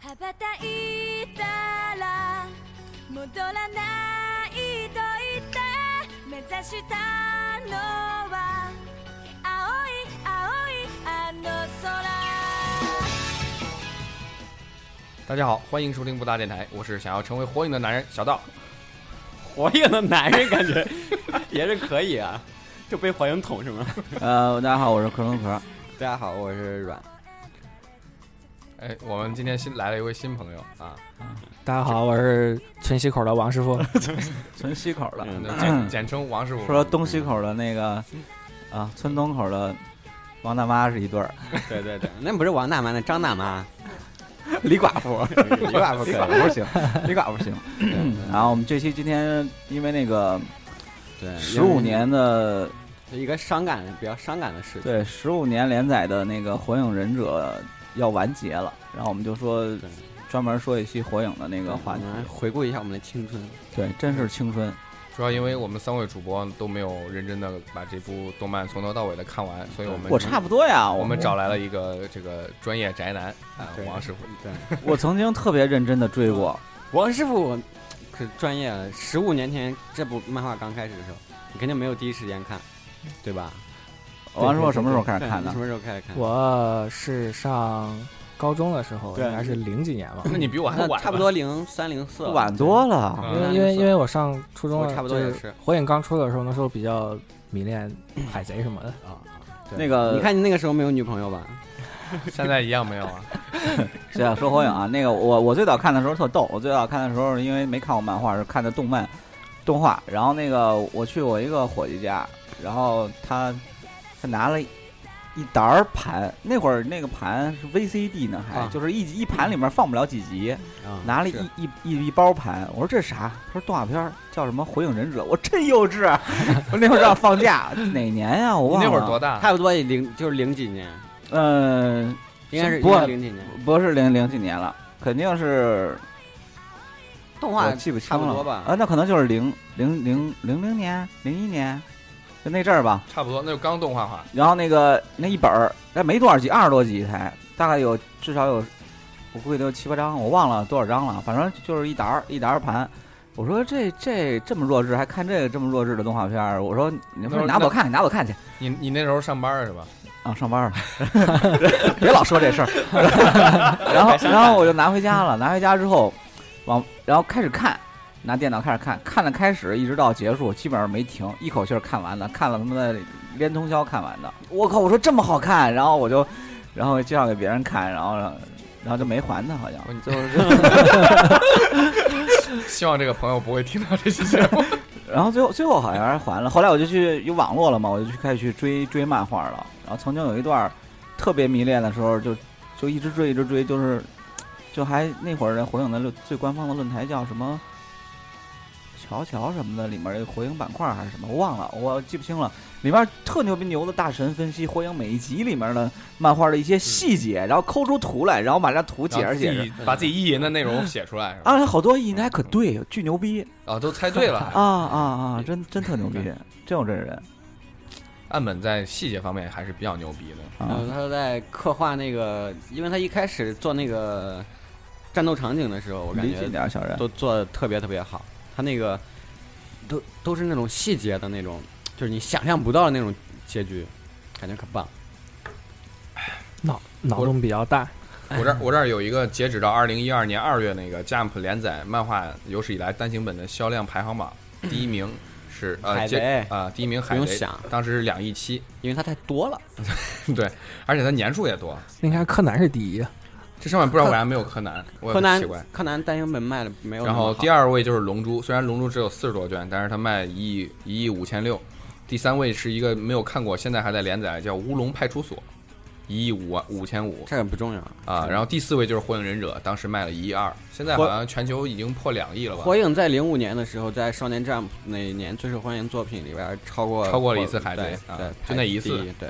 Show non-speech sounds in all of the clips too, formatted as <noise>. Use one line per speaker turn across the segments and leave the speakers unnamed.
羽ばたいたら戻らないと言って目指したのは青い青いあの空
大家好，欢迎收听不搭电台，我是想要成为火影的男人小道。
火影的男人感觉 <laughs> 也是可以啊，就被火影捅是吗？
呃，大家好，我是克隆壳。
<laughs> 大家好，我是阮。
哎，我们今天新来了一位新朋友啊，
大家好，我是存西口的王师 <laughs> 傅。
村西口的，
嗯
那
<clears throat>
简简称王师傅。
说东西口的那个啊，村东口的王大妈是一对儿，
对对对，那不是王大妈，那张大 <laughs> 妈，李寡妇，李寡妇可以
李寡妇 <laughs> 行，李寡妇行。然后我们这期今天因为那个
对，
十五年的
一个伤感比较伤感的事情。
对十五年连载的那个《火影忍者》要完结了，然后我们就说
对
专门说一期火影的那
这
个
个
话
话
题
题。回顾一下我们的青春，
对，真是青春。
主要因为我们三位主播都没有认真的把这部动漫从头到尾的看完，所以我们
我差不多呀，
我
我
们找来了一个这个专业宅男啊
对，
王师傅。
对，
我曾经特别认真的追过，
王师傅可专业了。十五年前这部漫画刚开始的时候，你肯定没有第一时间看，对吧？
王师傅什么时候开始
对
看
你
的
什？么时候开始看？
我是上高中的时候，
对
应该是零几年吧，
那你比我还
那
晚，
差不。多零三零四，
晚多了。
嗯
因为因为因为我上初中
我
了，
差不多
就
也
是
是
火影刚出的时候，那时候比较迷恋海贼什么 <clears throat> 的。
啊。
那个
你看你那个时候没有女朋友吧？
现在一样没有啊？
是啊，说火影啊，那个我我最早看的时候特逗，我最早看的时候因为没看过漫画，是看的动漫动画。然后那个我去我一个伙计家，然后他他拿了一沓儿盘，那会儿那个盘是 VCD 呢，还、
啊
就是一一盘里面放不了几集，
嗯
啊
拿了一一一一包盘。我说这是啥？他说动画片儿叫什么《火影忍者》。我真幼稚，啊 <laughs> 我那会儿正好
<laughs>
放假，哪年呀、 <laughs> 我
你
忘了。
那会儿多？大？
差不多也零就是零几年，
嗯、
应该是
不过
啊
应该零几年，
不是零零几年了，肯定是
动
我
画
记不清
差
了
不多吧？
啊，那可能就是零零零零零年、零一年，就那阵儿吧。
差不多，那就刚动画化。
然后那个那一本儿，那没多少集，二十多集才，大概有至少有，我估计得有七八张，我忘了多少张了，反正就是一沓儿一沓儿盘。我说这这这么弱智，还看这个这么弱智的动画片儿？我说你
那会儿
拿
那
走看看，拿走看去
你你那时候上班儿是
<laughs>
吧？
啊！上班儿了，别老说这事儿。 <laughs> 然后然后我就拿回家了，拿回家之后，往然后开始看，拿电脑开始看，看了开始一直到结束，基本上没停，一口气儿看完的，看了他妈的连通宵看完的。我靠，我说这么好看，然后我就，然后介绍给别人看，然后然后然后就没还他，好像
我
最后
希望这个朋友不会听到这期节目。
然后最后最后好像还还了。后来我就去有网络了嘛，我就去开始去追追漫画了。然后曾经有一段儿特别迷恋的时候，就就一直追一直追，就是就还那会儿那火影的论最官方的论坛叫什么？乔乔什么的，里面有火影板块还是什么，我忘了，我记不清了。里面特牛逼牛的大神分析火影每一集里面的漫画的一些细节，然后抠出图来，嗯然后把这图 <laughs> 解
然后
释解
自
释。
己把自己意淫的内容写出来是吧？
啊，好多意义还可对，巨牛逼
啊，都猜对了还。
<laughs> 啊啊 <laughs> 啊！真真特牛逼，真有这人
岸本在细节方面还是比较牛逼的。
啊！
然后 <laughs> 他在刻画那个，因为他一开始做那个战斗场景的时候，我感
离近
觉
点啊儿，小人。
都做的特别特别好。他那个都都是那种细节的那种，就是你想象不到的那种结局，感觉可棒。
脑脑洞比较大，
我这儿我这儿有一个截止到二零一二年二月那个 Jump 连载漫画有史以来单行本的销量排行榜，第一名是呃
海
截
贼
啊、第一名海
不用
贼
想，
当时是两亿七，
因为它太多了，
对，而且它年数也多。
应该柯南是第一。啊
这上面不知道为啥没有柯南，我也
柯
很
南
奇怪。
柯南单行本卖的没有那
然
么好。
后第二位就是龙珠，虽然龙珠只有四十多卷，但是它卖一亿一亿五千六。第三位是一个没有看过，现在还在连载，叫《乌龙派出所》，一亿五万五千五
这个不重要
啊。然后第四位就是《火影忍者》，当时卖了一亿二，现在好像全球已经破两亿了吧？
火影在零五年的时候，在《少年 Jump》那年最受欢迎作品里边超过
超过了一次海贼
对
啊
对，
就那一次
排第对，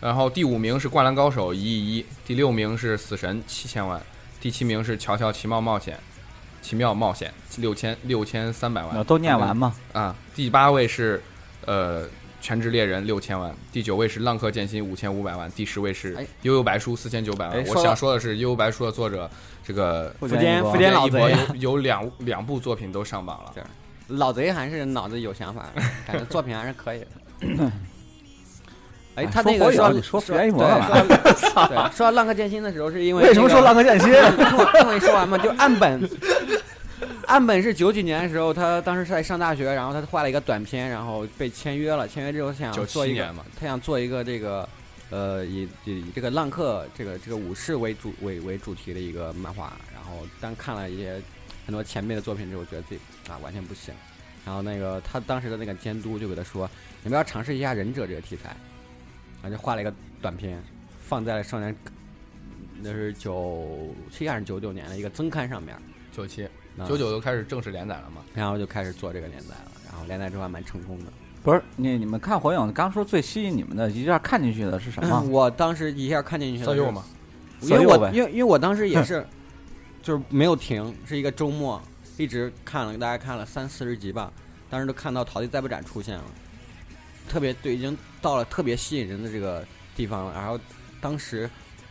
然后第五名是《灌篮高手》一亿一，第六名是《死神》七千万，第七名是《乔乔奇妙冒险》奇妙冒险六千六千三百万
啊都念完嘛，
啊，第八位是呃全职猎人》六千万，第九位是《浪客剑心》五千五百万，第十位是
哎
《悠悠白书》四千九百万
哎。说
我
到
想说的是，《悠悠白书》的作者这个
福
福建
一
福建老
一博
贼，
有有两两部作品都上榜了
对。老贼还是脑子有想法，感觉作品还是可以的。哎，他
说
那个
火影
说
你
说
说福原一博干嘛
对说到对说到浪客剑心的时候，是因为
为什么
那个
说浪客剑心？
听我 <laughs> 听我一说完嘛，就岸本，岸本是九几年的时候，他当时是在上大学，然后他画了一个短片，然后被签约了。签约之后，他想做
97
一个
年嘛，
他想做一个这个，呃，以以以这个浪客这个这个武士为主为为主题的一个漫画。然后，但看了一些很多前辈的作品之后，觉得自己啊完全不行。然后那个他当时的那个监督就给他说：“你们要尝试一下忍者这个题材。”然后就画了一个短片，放在了少年那是九七还是九九年的一个增刊上面，
九七
啊
九九都开始正式连载了嘛？
然后就开始做这个连载了，然后连载之后还蛮成功 <laughs> 的。
不是你你们看火影，刚说最吸引你们的一下看进去的是什么？
<laughs> 我嗯当时一下看进 <laughs> 去了，
色诱嘛，
因为
色诱
我
呗
因为因为我当时也是，就是没有停，是一个周末一直看了，大概看了三四十集吧，当时都看到陶地再不斩出现了，特别对，已经到了特别吸引人的这个地方了。然后当时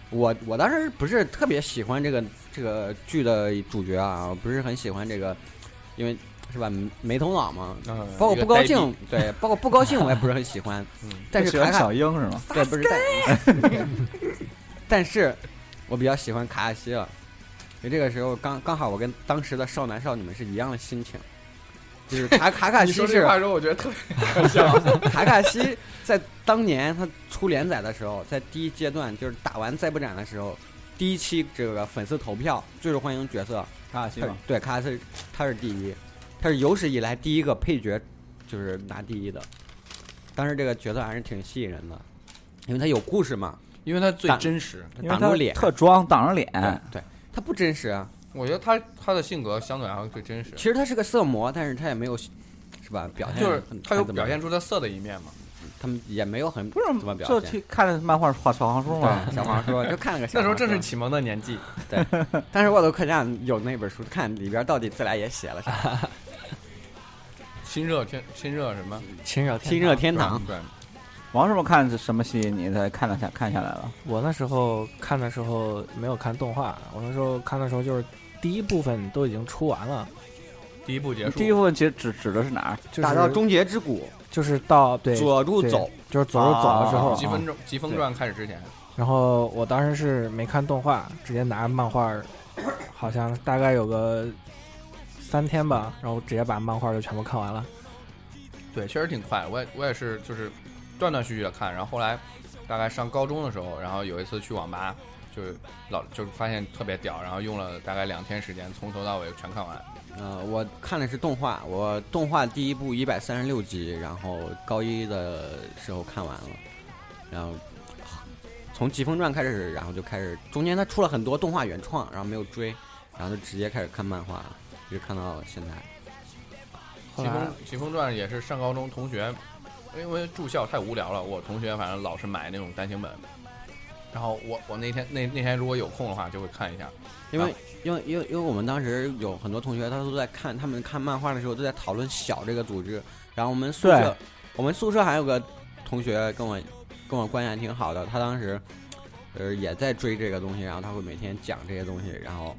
我我当时不是特别喜欢这个这个剧的主角啊，我不是很喜欢这个，因为是吧没没头脑嘛，
嗯，
包括
一个
不高
呆逼
兴，对，包括不高兴我也不是很喜欢
嗯，
但是
喜
卡
欢
卡
小樱是吗？
对，不是但， <laughs> 但是我比较喜欢卡卡西了，因为这个时候刚刚好我跟当时的少男少女们是一样的心情，就是卡卡卡
你
西
说
是
这话的时候，我觉得特别搞笑。
<laughs>
<laughs>
卡卡西在当年他出连载的时候，在第一阶段就是打完再不斩的时候，第一期这个粉丝投票最受欢迎角色，
卡卡西
他是对卡卡西他是第一，他是有史以来第一个配角就是拿第一的，当时这个角色还是挺吸引人的，因为他有故事嘛，
因为它最
但
真实，
他
因
挡住
为
脸嗯
他，特装挡着脸，
嗯
对对，他不真实啊。
我觉得他他的性格相对来说最真实，
其实他是个色魔，但是他也没有，是吧？表现
就是
很
他有
很怎么
表现
样，
出他色的一面嘛。
他们也没有很
不是
怎么表
就
现嗯
去看了漫画画小黄书嘛
对，小黄书就看了个小
那时候
黄
正是
书
启蒙的年纪，
但是我都快想有那本书看里边到底自来也写了
啊
啥，
亲热天亲热什么
亲热
亲
啊
热天堂》
对，
王师傅看什么吸引你才看了下看下来了？
我那时候看的时候没有看动画，我那时候看的时候就是第一部分都已经出完了，
第一部结束，
第一部分其实指指的是哪儿？
就是
打到终结之谷，
就是到对
佐助
对
走，
就是左右走了之后
啊
啊，
疾风传疾风传开始之前，
然后我当时是没看动画，直接拿漫画儿，好像大概有个三天吧，然后直接把漫画儿就全部看完了。
对，确实挺快。我也我也是就是断断续续的看，然后后来大概上高中的时候，然后有一次去网吧，就是老就是发现特别屌，然后用了大概两天时间从头到尾全看完。
呃，我看的是动画，我动画第一部一百三十六集，然后高一的时候看完了，然后从《疾风传》开始，然后就开始，中间他出了很多动画原创，然后没有追，然后就直接开始看漫画了，一直看到现在。
后
疾
来
风疾风传也是上高中同学，因为住校太无聊了，我同学反正老是买那种单行本，然后我我那天那那天如果有空的话就会看一下。
因
啊
为因为因为因为我们当时有很多同学，他都在看他们看漫画的时候都在讨论小这个组织，然后我们宿
对
舍我们宿舍还有个同学跟我跟我关系还挺好的，他当时呃也在追这个东西，然后他会每天讲这些东西，然后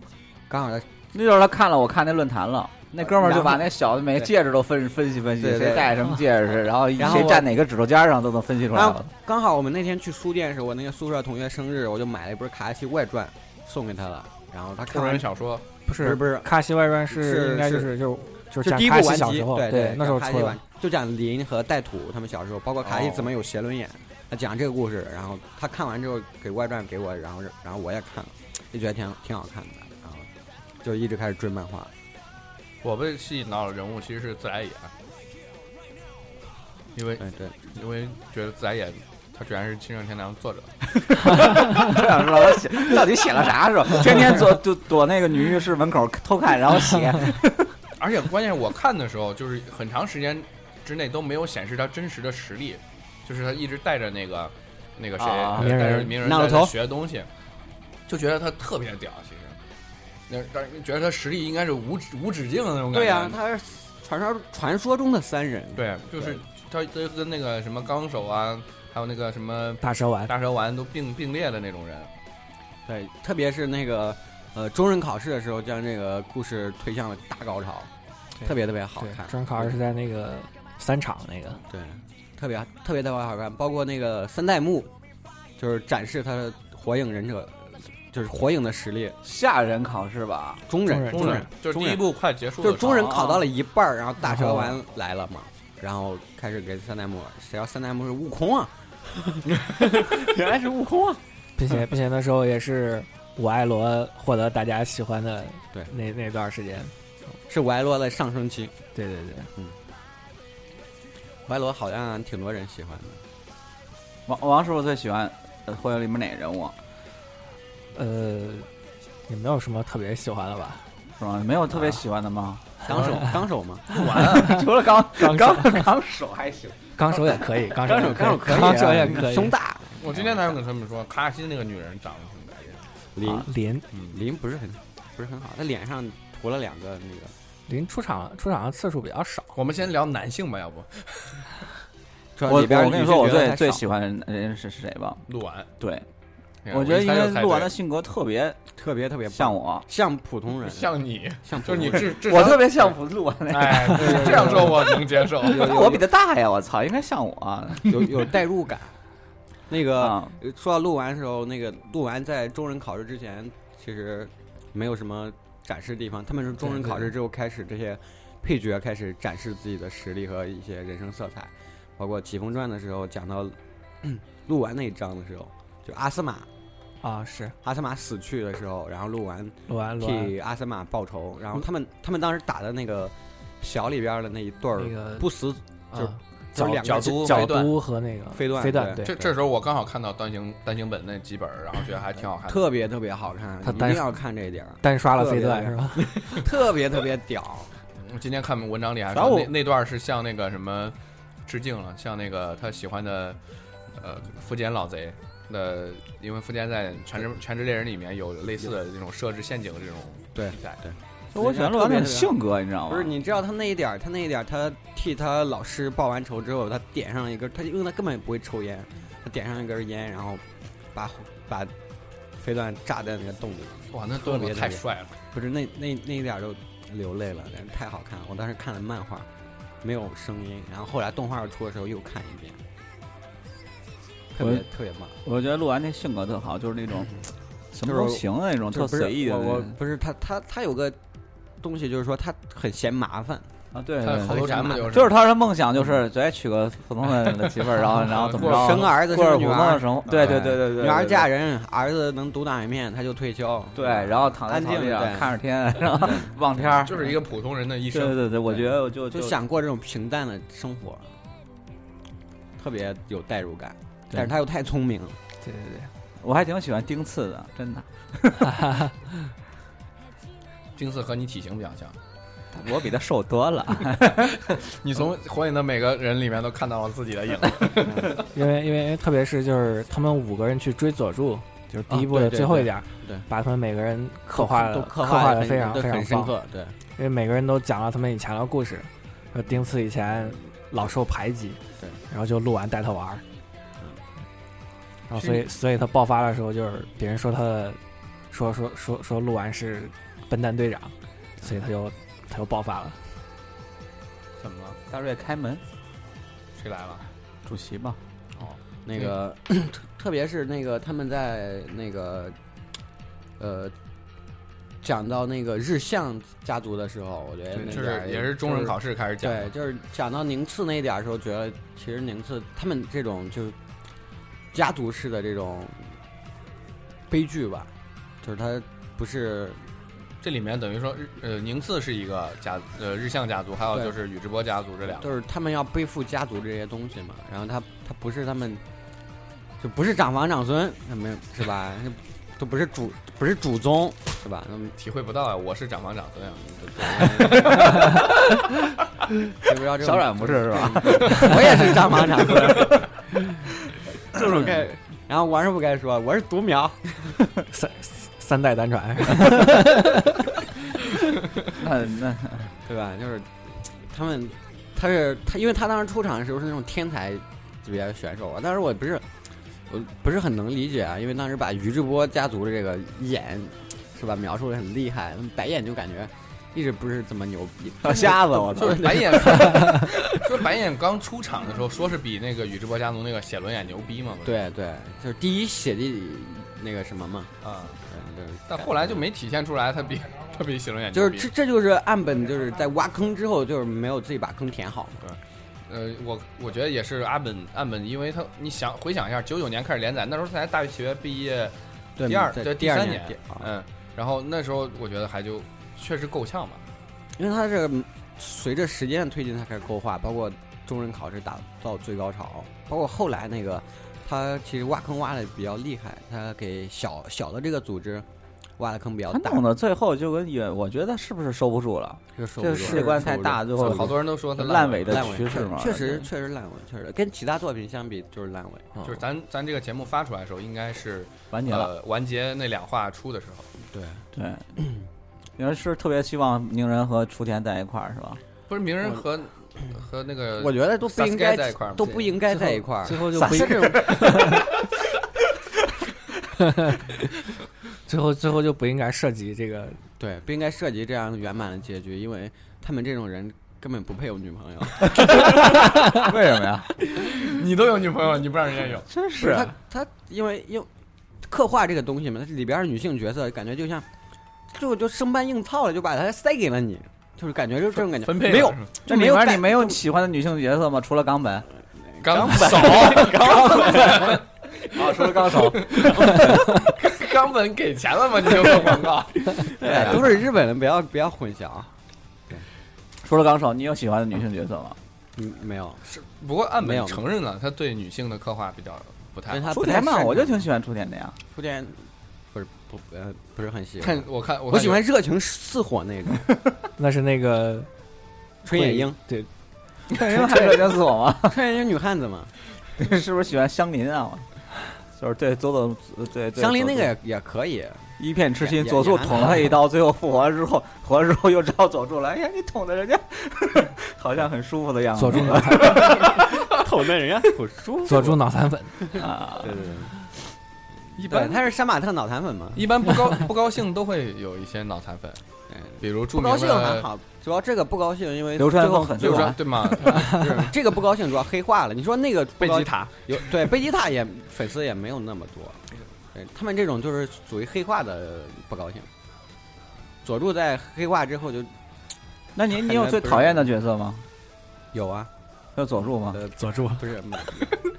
刚好他
那就是他看了我看那论坛了。那哥们儿就把
然后
那小的每个
对
戒指都分分析分析，
对对
谁戴什么戒指，然后
然后
谁
我
站哪个指头尖儿上都能分析出来
然后
了。
刚好我们那天去书店时，我那个宿舍同学生日，我就买了一本《卡卡西外传》送给他了，然后他看
同
完
人小说
不
不是
是
不是
《卡西外传》
是
应该就是是就就
就
是讲
第一
卡
部
西
完
小
结，
时候，
对
对，那时候
卡
出
西
的
完就讲林和带土他们小时候，包括卡西
哦
怎么有斜轮眼，他讲这个故事，然后他看完之后给外传给我，然后然后我也看了，就觉得挺挺好看的，然后就一直开始追漫画。
我被吸引到的人物其实是自来也，因为
对对，
因为觉得自来也他居然是《亲热天堂》作者，
<laughs> 这想知道他写到底写了啥是吧？天天躲就躲那个女浴室门口偷看，然
<laughs>
后写。
而且关键是我看的时候，就是很长时间之内都没有显示他真实的实力，就是他一直带着那个那个谁，
啊
呃
鸣人
带着鸣人
纳鲁
在
头
学东西，就觉得他特别屌，其实。那但是觉得他实力应该是无止无止境的那种感觉。
啊对呀、他是传说传说中的三人，
嗯对，就是他他就跟那个什么纲手啊，还有那个什么
大蛇丸，
大蛇丸都并并列的那种人。
对，特别是那个呃中任考试的时候，将这个故事推向了大高潮，
对
特别特别好
对
看，。嗯
专考是在那个三场那个，
对，特别特别特别好看，包括那个三代目，就是展示他的火影忍者，就是火影的实力，
吓人考试吧，
中忍
中忍
忍
就是
中
第一
忍，
步快结束
就
的
是
时候，
中忍考到了一半儿，然后大蛇
然
丸来了嘛，然后开始给三代目，谁要三代目是悟空啊，原来是悟空啊，
并
<laughs>
且并且那时候也是我爱罗获得大家喜欢的
对
那那段时间，
是歪罗的上升期，
对对对，
歪罗好像挺多人喜欢的。
王王师傅最喜欢呃火影里面哪个人物？
呃，也没有什么特别喜欢的吧，
是吗？没有特
啊
别喜欢
<laughs>
的吗？
纲
<laughs>
手，纲手
啊
嘛，
除了刚
纲手
刚刚手还行，
纲手也
<laughs>
可以，纲手
纲手
也可以，
可以啊，
纲手也可以，
胸大，
我今天才跟他们说，卡西那个女人长得挺白的。
林
啊
林
林不是很不是很好，他脸上涂了两个那个，
林出场出场的次数比较少，
我们先聊男性吧，要不
主要
我我
里边
跟你说，我
觉得
最
太
最
少
喜欢的人是是谁吧？
鹿丸，
对，
哎呀
我觉得
一
因
猜就
为
猜
鹿丸
对
的性格特别
特别特别棒
像，我，
像普通
<laughs>
人，
像
<laughs>
你，
像普
就是
通
你
人
智智
我特
商，
别像鹿丸那个，
哎，对这样说我能接受。
我比他大呀，我操，应该像我。
有有代入感。那个
啊，
说到录完的时候，那个录完在中人考试之前，其实没有什么展示地方，他们是中人考试之后开始这些配角开始展示自己的实力和一些人生色彩，包括《起风传》的时候讲到 <clears throat> 录完那一章的时候，就阿斯玛
啊，是
阿斯玛死去的时候，然后录完
罗安罗安
替阿斯玛报仇，然后他们他们当时打的那个小里边的那一对儿
那个
不死
啊
就是就是两个
角度
角
飞段
都和那个
飞段
飞段
对
这
对，
这时候我刚好看到单行单行本那几本，然后觉得还挺好看的。
特别特别好看，
他
一
单
定要看这一点儿，
单刷了
特
飞
别
段
的 <laughs>
是吧？
特别特别屌。
我今天看文章里还
然后
说
我
那那段是向那个什么致敬了，向那个他喜欢的呃福建老贼的，因为福建在《全职全职猎人》里面有类似的这种设置陷阱的这种
对
题材。
就我喜欢鹿丸那种性格，你知道吗？
不是，你知道他那一点儿，他那一点儿，他替他老师报完仇之后，他点上了一根，他因为他根本不会抽烟，他点上一根烟，然后把把飞段炸在那个洞里，
哇，那动作太帅了！
不是那那那一点儿都流泪了，但是太好看了。我当时看了漫画，没有声音，然后后来动画出的时候又看一遍，特别
我
特别棒。
我觉得鹿丸那性格特好，就是那种什么都行的那种，
就
特
不是
随意的
我
那
我
种。
不是他他他有个东西，就是说他很嫌麻烦，
啊，对，
他
对
口
对
头禅不就是
就是他的梦想，就是哎娶个普通的 <laughs> 媳妇儿，然后然后怎么着，
生个儿子
过
生
着
个
普
女
通的
儿，
生活。对对对对对，
女儿嫁
人，
人，儿子能独当一面，他就退休。啊
对，然后躺在
安
草
静
地上
对
看着天， <laughs> 然后望天儿。
<laughs> 就是一个普通人的一
对对
生。
对对，我觉得我就
就想过这种平淡的生活，特别有代入感。但是他又太聪明，
对对对，
我还挺喜欢丁次的，真的，
丁次和你体型比较像，
我比他瘦多了。
你从火影的每个人里面都看到了自己的影子。
<laughs> 因为因为因为特别是就是他们五个人去追佐助，就是第一部
啊
的
对对
最后一点儿，
对对
把他们每个人刻画
都
的
刻
画
的
的非常非
很
常
深
棒，
刻。对，
因为每个人都讲了他们以前的故事，说丁次以前老受排挤，
对，
然后就鹿丸带他玩儿
嗯，
然后所以所以他爆发的时候，就是别人说他的，说说说说鹿丸是笨蛋队长，所以他就他就爆发了。 <laughs>
怎么了？
大瑞开门，
谁来了？
主席吧。
那个特特别是那个他们在那个呃讲到那个日向家族的时候，我觉得呃那
就是
点儿
也是中
就
忍考试开始讲的。
对，就是讲到宁次那一点儿的时候，觉得其实宁次他们这种就是家族式的这种悲剧吧，就是他不是
这里面等于说日呃宁次是一个家呃日向家族，还有
对
就是宇智波家族这两个。
就是他们要背负家族这些东西嘛，然后他他不是他们就不是长房长孙，他们是吧？都不是主不是祖宗是吧？那么
体会不到啊，我是长房长
<laughs>
孙啊，对对
也不知道这种
小冉不是是吧？
我也是长房长孙，
<laughs>
这种该。然后王师傅该说我是独苗，
三三代单传，
<laughs> 那那
对吧？就是他们他是他，因为他当时出场的时候是那种天才级别的选手啊，但是我不是我不是很能理解啊，因为当时把于志波家族的这个眼是吧描述的很厉害，白眼就感觉一直不是这么牛逼，
小瞎子，我操
就！是白
<laughs>
眼，就是白眼刚出场的时候，说是比那个宇智波家族那个写轮眼牛逼嘛。不是，
对对，就是第一写的那个什么嘛，
啊、
嗯，对
但后来就没体现出来他比 <laughs> 他比写轮眼
就
牛逼。
是这这就是岸本就是在挖坑之后就是没有自己把坑填好，
呃，我我觉得也是阿本阿本，因为他你想回想一下，九九年开始连载，那时候才大学毕业
对
第二
在
对
第二
三
年啊
嗯，然后那时候我觉得还就确实够呛吧。
因为它这个嗯随着时间的推进，它开始勾画，包括中忍考试打到最高潮，包括后来那个，他其实挖坑挖的比较厉害，他给小小的这个组织挖的坑比较
他
大，
弄到最后就跟也，我觉得是不是收不住了？
这个受不
这
住
世观太大，，最后
好多人都说他
烂
尾
尾的
烂尾
趋势嘛，
确实确实烂尾，确实跟其他作品相比就是烂尾，
嗯就是咱咱这个节目发出来的时候，应该是
完结了。
呃完结那两话出的时候，
对，
对，你说是特别希望鸣人和雏田在一块儿是吧？
不是鸣人和和那个
我觉得都不应
Sasuke 在一块儿
该
吗
都不应该在一块儿，
最后就
咋
不
是这种
最后最后就不应该涉及这个，
对不应该涉及这样圆满的结局，因为他们这种人根本不配有女朋友。 <laughs>
为什么呀？
你都有女朋友，你不让人家
<laughs>
有，
真
不是他他因为因为刻画这个东西嘛，它里边儿女性角色感觉就像就就生搬硬套了，就把它塞给了你，就是感觉就这种感觉。
分配了
没有
是吗，
就
这
没
里
有
面
感
你没有喜欢的女性角色吗？除了冈本
啊
刚
<laughs>
手
啊，除了冈手，
冈本给钱了吗？你就做广
<laughs>
告，
啊
对，哎都是日本人，不要不要混淆啊。
<laughs> 除了冈手，你有喜欢的女性角色吗？
嗯，没有，
不过岸
没有
本承认了，他对女性的刻画比较不
因为
太。
他
雏
不太
田嘛，
擅
我就
长
挺喜欢雏田
<laughs>
的呀。
不点不是不呃不是很喜欢
看，我看我
我
看
喜欢热情似火那种。
那是那个
春野樱，
对，
<laughs> 看人还热情死我吗？ <laughs>
春野樱女汉子嘛，
是不是喜欢香林啊？我就是对佐佐呃对对
香菱
佐
那
助
个也也可以，
一片痴
也
心，
也
佐助
也还
捅了他一刀，最后复活之后，复活之后又找佐助来，哎呀，你捅的人家， <laughs> 好像很舒服的样子。
佐助脑
<laughs> 头那人家好舒服
佐助脑残粉，
啊， <laughs>
对对对，
一
对，
般
他是杀马特脑残粉嘛。
一般不
<laughs>
高不高兴都会有一些脑残粉，
嗯
比如著
不
名
高兴还
的
好，主要这个不高兴，因为
流川
最后
枫很
流
喜
川
欢
对
<laughs>
吗？
是这个不高兴主要黑化了。你说那个不
贝
高
吉塔
有对贝吉塔也粉丝也没有那么多，对他们这种就是属于黑化的不高兴。佐助在黑化之后就
那你你有最讨厌的角色吗？
有啊，
有佐助吗？
呃，
佐助
不是，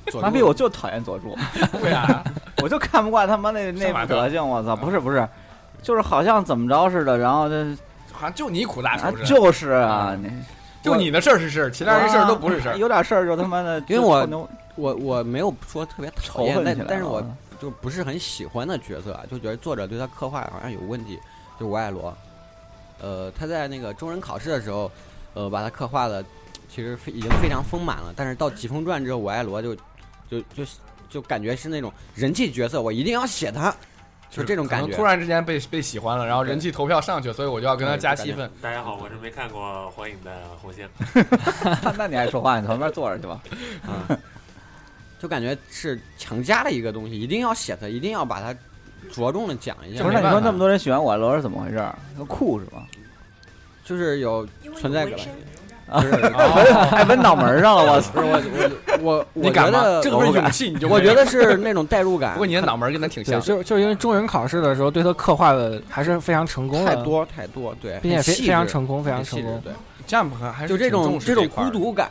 佐
妈逼，
助
我就讨厌佐助， <laughs>
<laughs> 对啊，
我就看不惯他妈那
杀马
那
特啊
德行，我操！不是不是，就是好像怎么着似的，然后这
好像就你苦大
啊
仇深，
就是啊，你
就你的事儿是事儿，其他人事儿都不是事
啊
儿。
有点事儿就他妈的，
因为我
就牛
我我没有说特别讨
仇
厌，
恨起
但
来了
但是我就不是很喜欢的角色啊，就觉得作者对他刻画好像有问题。就我爱罗，呃，他在那个中忍考试的时候，呃，把他刻画的其实非已经非常丰满了，但是到《疾风传》之后，我爱罗就就就就感觉是那种人气角色，我一定要写他，就这种感
可
觉。
能突然之间被被喜欢了，然后人气投票上去，所以我就要跟他加戏份。
大家好，我是没看过《火影》的红星，
<laughs> 那你还说话？你旁边坐着
<laughs>
去吧。
啊，就感觉是强加了一个东西，一定要写他，一定要把他着重的讲一下。
不是，那
没办
你说
法
那么多人喜欢我，罗是怎么回事儿？酷是
<laughs>
吧？
就是有存在感。
啊
就是 <laughs>
还闻脑门儿上了，
<laughs>
我操！
不是我我我
哦你
我觉
敢吗？
得
这个不是勇气，你就没有
我觉得是那种代入
<laughs>
感。
不过你的脑门儿跟他挺
对，
像。
就是就是因为中忍考试的时候对他刻画的还是非常成功的
太，多太多，对，
并且非
很细致
非常成功，非常
很细
成
致
功。
对，
Jump 还是
就这种
挺重视这
种
块儿
孤
的，
独感，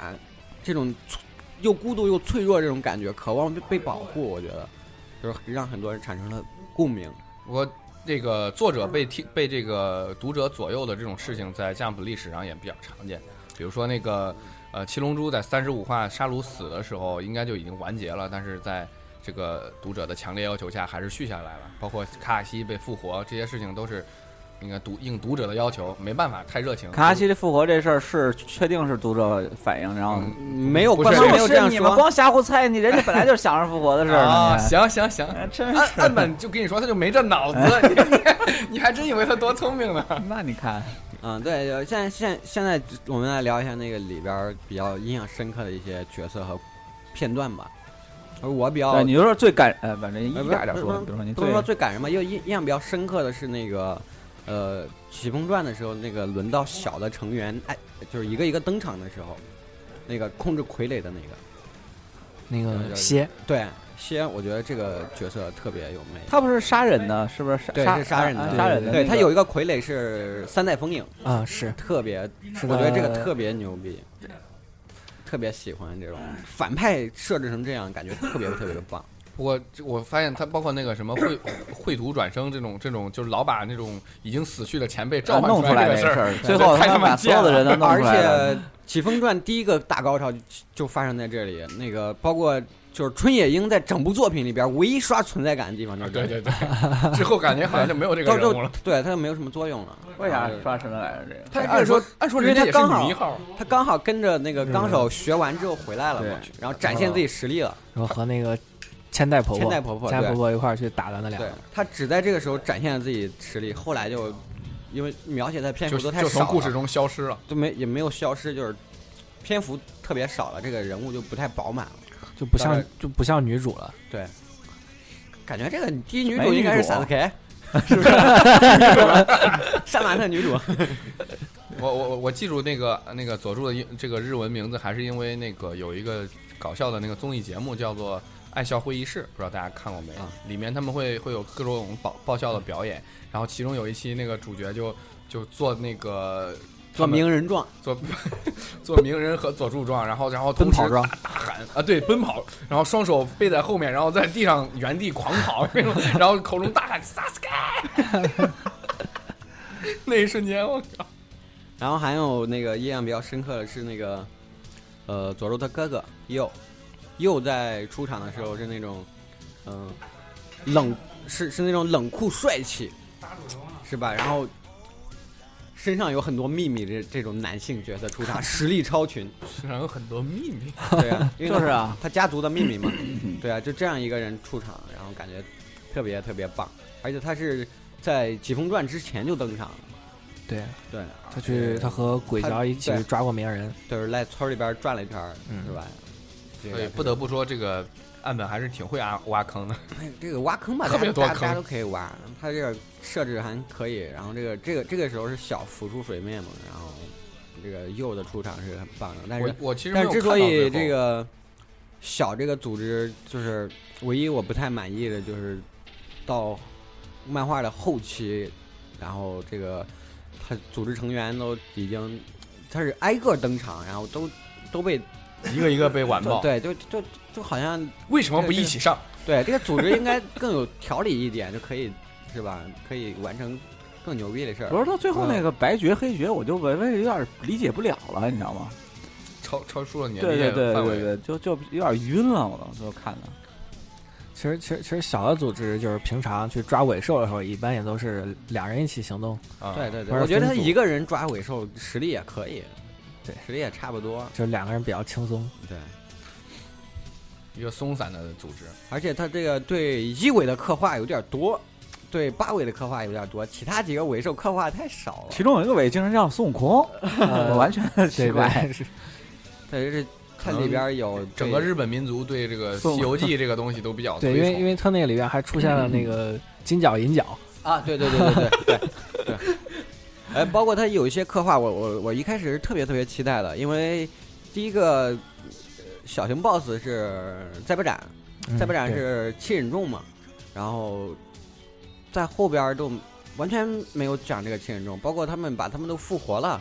这种脆又孤独又脆弱这种感觉，渴望被被保护，我觉得就是让很多人产生了共鸣。
我这个作者被听被这个读者左右的这种事情，在 Jump 历史上也比较常见。比如说那个呃，七龙珠在三十五话沙鲁死的时候，应该就已经完结了，但是在这个读者的强烈要求下，还是续下来了。包括卡卡西被复活，这些事情都是应该读应读者的要求，没办法，太热情。
卡卡西的复活这事儿是确定是读者反应，然后
嗯
没有
不
官
是
方没
不
有这
是
样
你们
说，
光瞎胡猜，你人家本来就想着复活的事儿
啊，
呢。
行行 <laughs> 行，
你真
岸岸
是，
<laughs> 本就跟你说，他就没这脑子，你你还真以为他多聪明呢？
<laughs> 那你看，
嗯，对，呃现在现现在我们来聊一下那个里边儿比较印象深刻的一些角色和片段吧。而我比较
对，你就说最感呃，反正一
哦呃不
点一点
不
说，
不
比如说你
不
最
能说最感人吧，因为印印象比较深刻的是那个，呃，《起风传》的时候，那个轮到小的成员哎，就是一个一个登场的时候，那个控制傀儡的那个，
那
对
个蝎，
对，先我觉得这个角色特别有魅力。
他不是杀人的，是不是杀
对
杀
是杀人的
啊杀人的那个？
对他有一个傀儡是三代风影，
啊，是
特别，嗯
是
我觉
的，
得这个特别牛逼，特别喜欢这种反派设置成这样，感觉特别特别的棒。
不过这我发现他包括那个什么 <coughs> 绘绘图转生这种这种，就是老把那种已经死去的前辈召
啊
唤
呃
弄
出
来
这
这
个事儿，
儿，最后
太他
他
妈
把所有的人都弄
而
出来了。
且《起风传》第一个大高潮就就发生在这里，那个包括就是春野樱在整部作品里边唯一刷存在感的地方就是这
啊对
里
对，对， <laughs> 之后感觉好像就没有这个
到时
人
候
物了。
对他就没有什么作用了。
为啥
嗯
刷身份来着？这个
他
他
按说按说人家也是
因为他刚好
女一号，
他刚好跟着那个纲手学完之后回来了嘛
对，
然后展现自己实力了。
然后和那个千代婆婆、
千代婆婆
千代
对
婆婆一块儿去打的那两
对
个，
他只在这个时候展现了自己实力，后来就因为描写他篇
就
幅都太
就
少
从
了，
故事中消失了。
就没也没有消失，就是篇幅特别少了，这个人物就不太饱满了。
就不
大
像
概
就不像女主了。
对，感觉这个第一女
没
主
女
应该是
主啊
萨斯
<laughs>
凯，是不是？杀马特女主，
我我我我记住那个那个佐助的英这个日文名字，还是因为那个有一个搞笑的那个综艺节目叫做《爱笑会议室》，不知道大家看过没？
啊
里面他们会会有各种爆爆笑的表演，然后其中有一期那个主角就就做那个
做名人状，
做做鸣人和佐助状，然后然后
奔
同时
跑状，
大喊啊，对，奔跑，然后双手背在后面，然后在地上原地狂跑，那种然后口中大喊 Sasuke，那一瞬间我靠，
然后还有那个印象比较深刻的是那个，呃，佐助他哥哥又又在出场的时候是那种，嗯、冷是是那种冷酷帅气，是吧？然后身上有很多秘密这这种男性角色出
<laughs>
场，实力超群，
身上有很多秘密。
<laughs> 对啊，因为他
就是啊，
他家族的秘密嘛，对啊，就这样一个人出场，然后感觉特别特别棒，而且他是在《疾风传》之前就登场了，
对，
啊对，
她去她和鬼
她
桥一起
对
抓过鸣人，
就是在村里边转了一圈儿，
嗯
是吧？这
所以
个
不得不说，这个岸本还是挺会挖挖坑的。
这个挖坑吧，
特别多
大家
坑
大家都可以挖。他这个设置还可以，然后这个这个这个时候是小浮出水面嘛，然后这个鼬的出场是很棒的，但
我
是
我其实没
但
有
是
看
之
到
所
最
以
后
这个小这个组织，就是唯一我不太满意的就是到漫画的后期，然后这个他组织成员都已经他是挨个登场，然后都都被
一个一个被完爆，
对，就就就好像
为什么不一起上？
对这个组织应该更有条理一点，就可以是吧？可以完成更牛逼的事儿
不。是到最后那个白绝黑绝，我就微微有点理解不了了，你知道吗？
超超出了你的
对
理
对
解
对
范
对
围。
对，就就有点晕了，我都就看的。
其实其实其实小的组织就是平常去抓尾兽的时候，一般也都是两人一起行动，
啊
对，对
不
对，
是
我觉得他
分组
一个人抓尾兽实力也可以，
对，
实力也差不多，
就是两个人比较
<laughs>
轻松。
对。
一个松散的组织。
而且他这个对一尾的刻画有点多，对八尾的刻画有点多，其他几个尾兽刻画太少了。
其中有一个尾竟然叫孙悟空，我完全奇
呃对
怪。
对 <laughs> 是，
对，这它里边有
整个日本民族对这个《
松
西游记》这个东西都比较
对，因为因
为
为他那个里边还出现了
嗯
那个金角银角，
啊，对对对对对对对。哎，包括它有一些刻画，我我我一开始是特别特别期待的，因为第一个呃小型 BOSS 是再不斩，
嗯
再不斩
嗯对
是七忍众嘛，然后在后边都完全没有讲这个七忍众，包括他们把他们都复活了，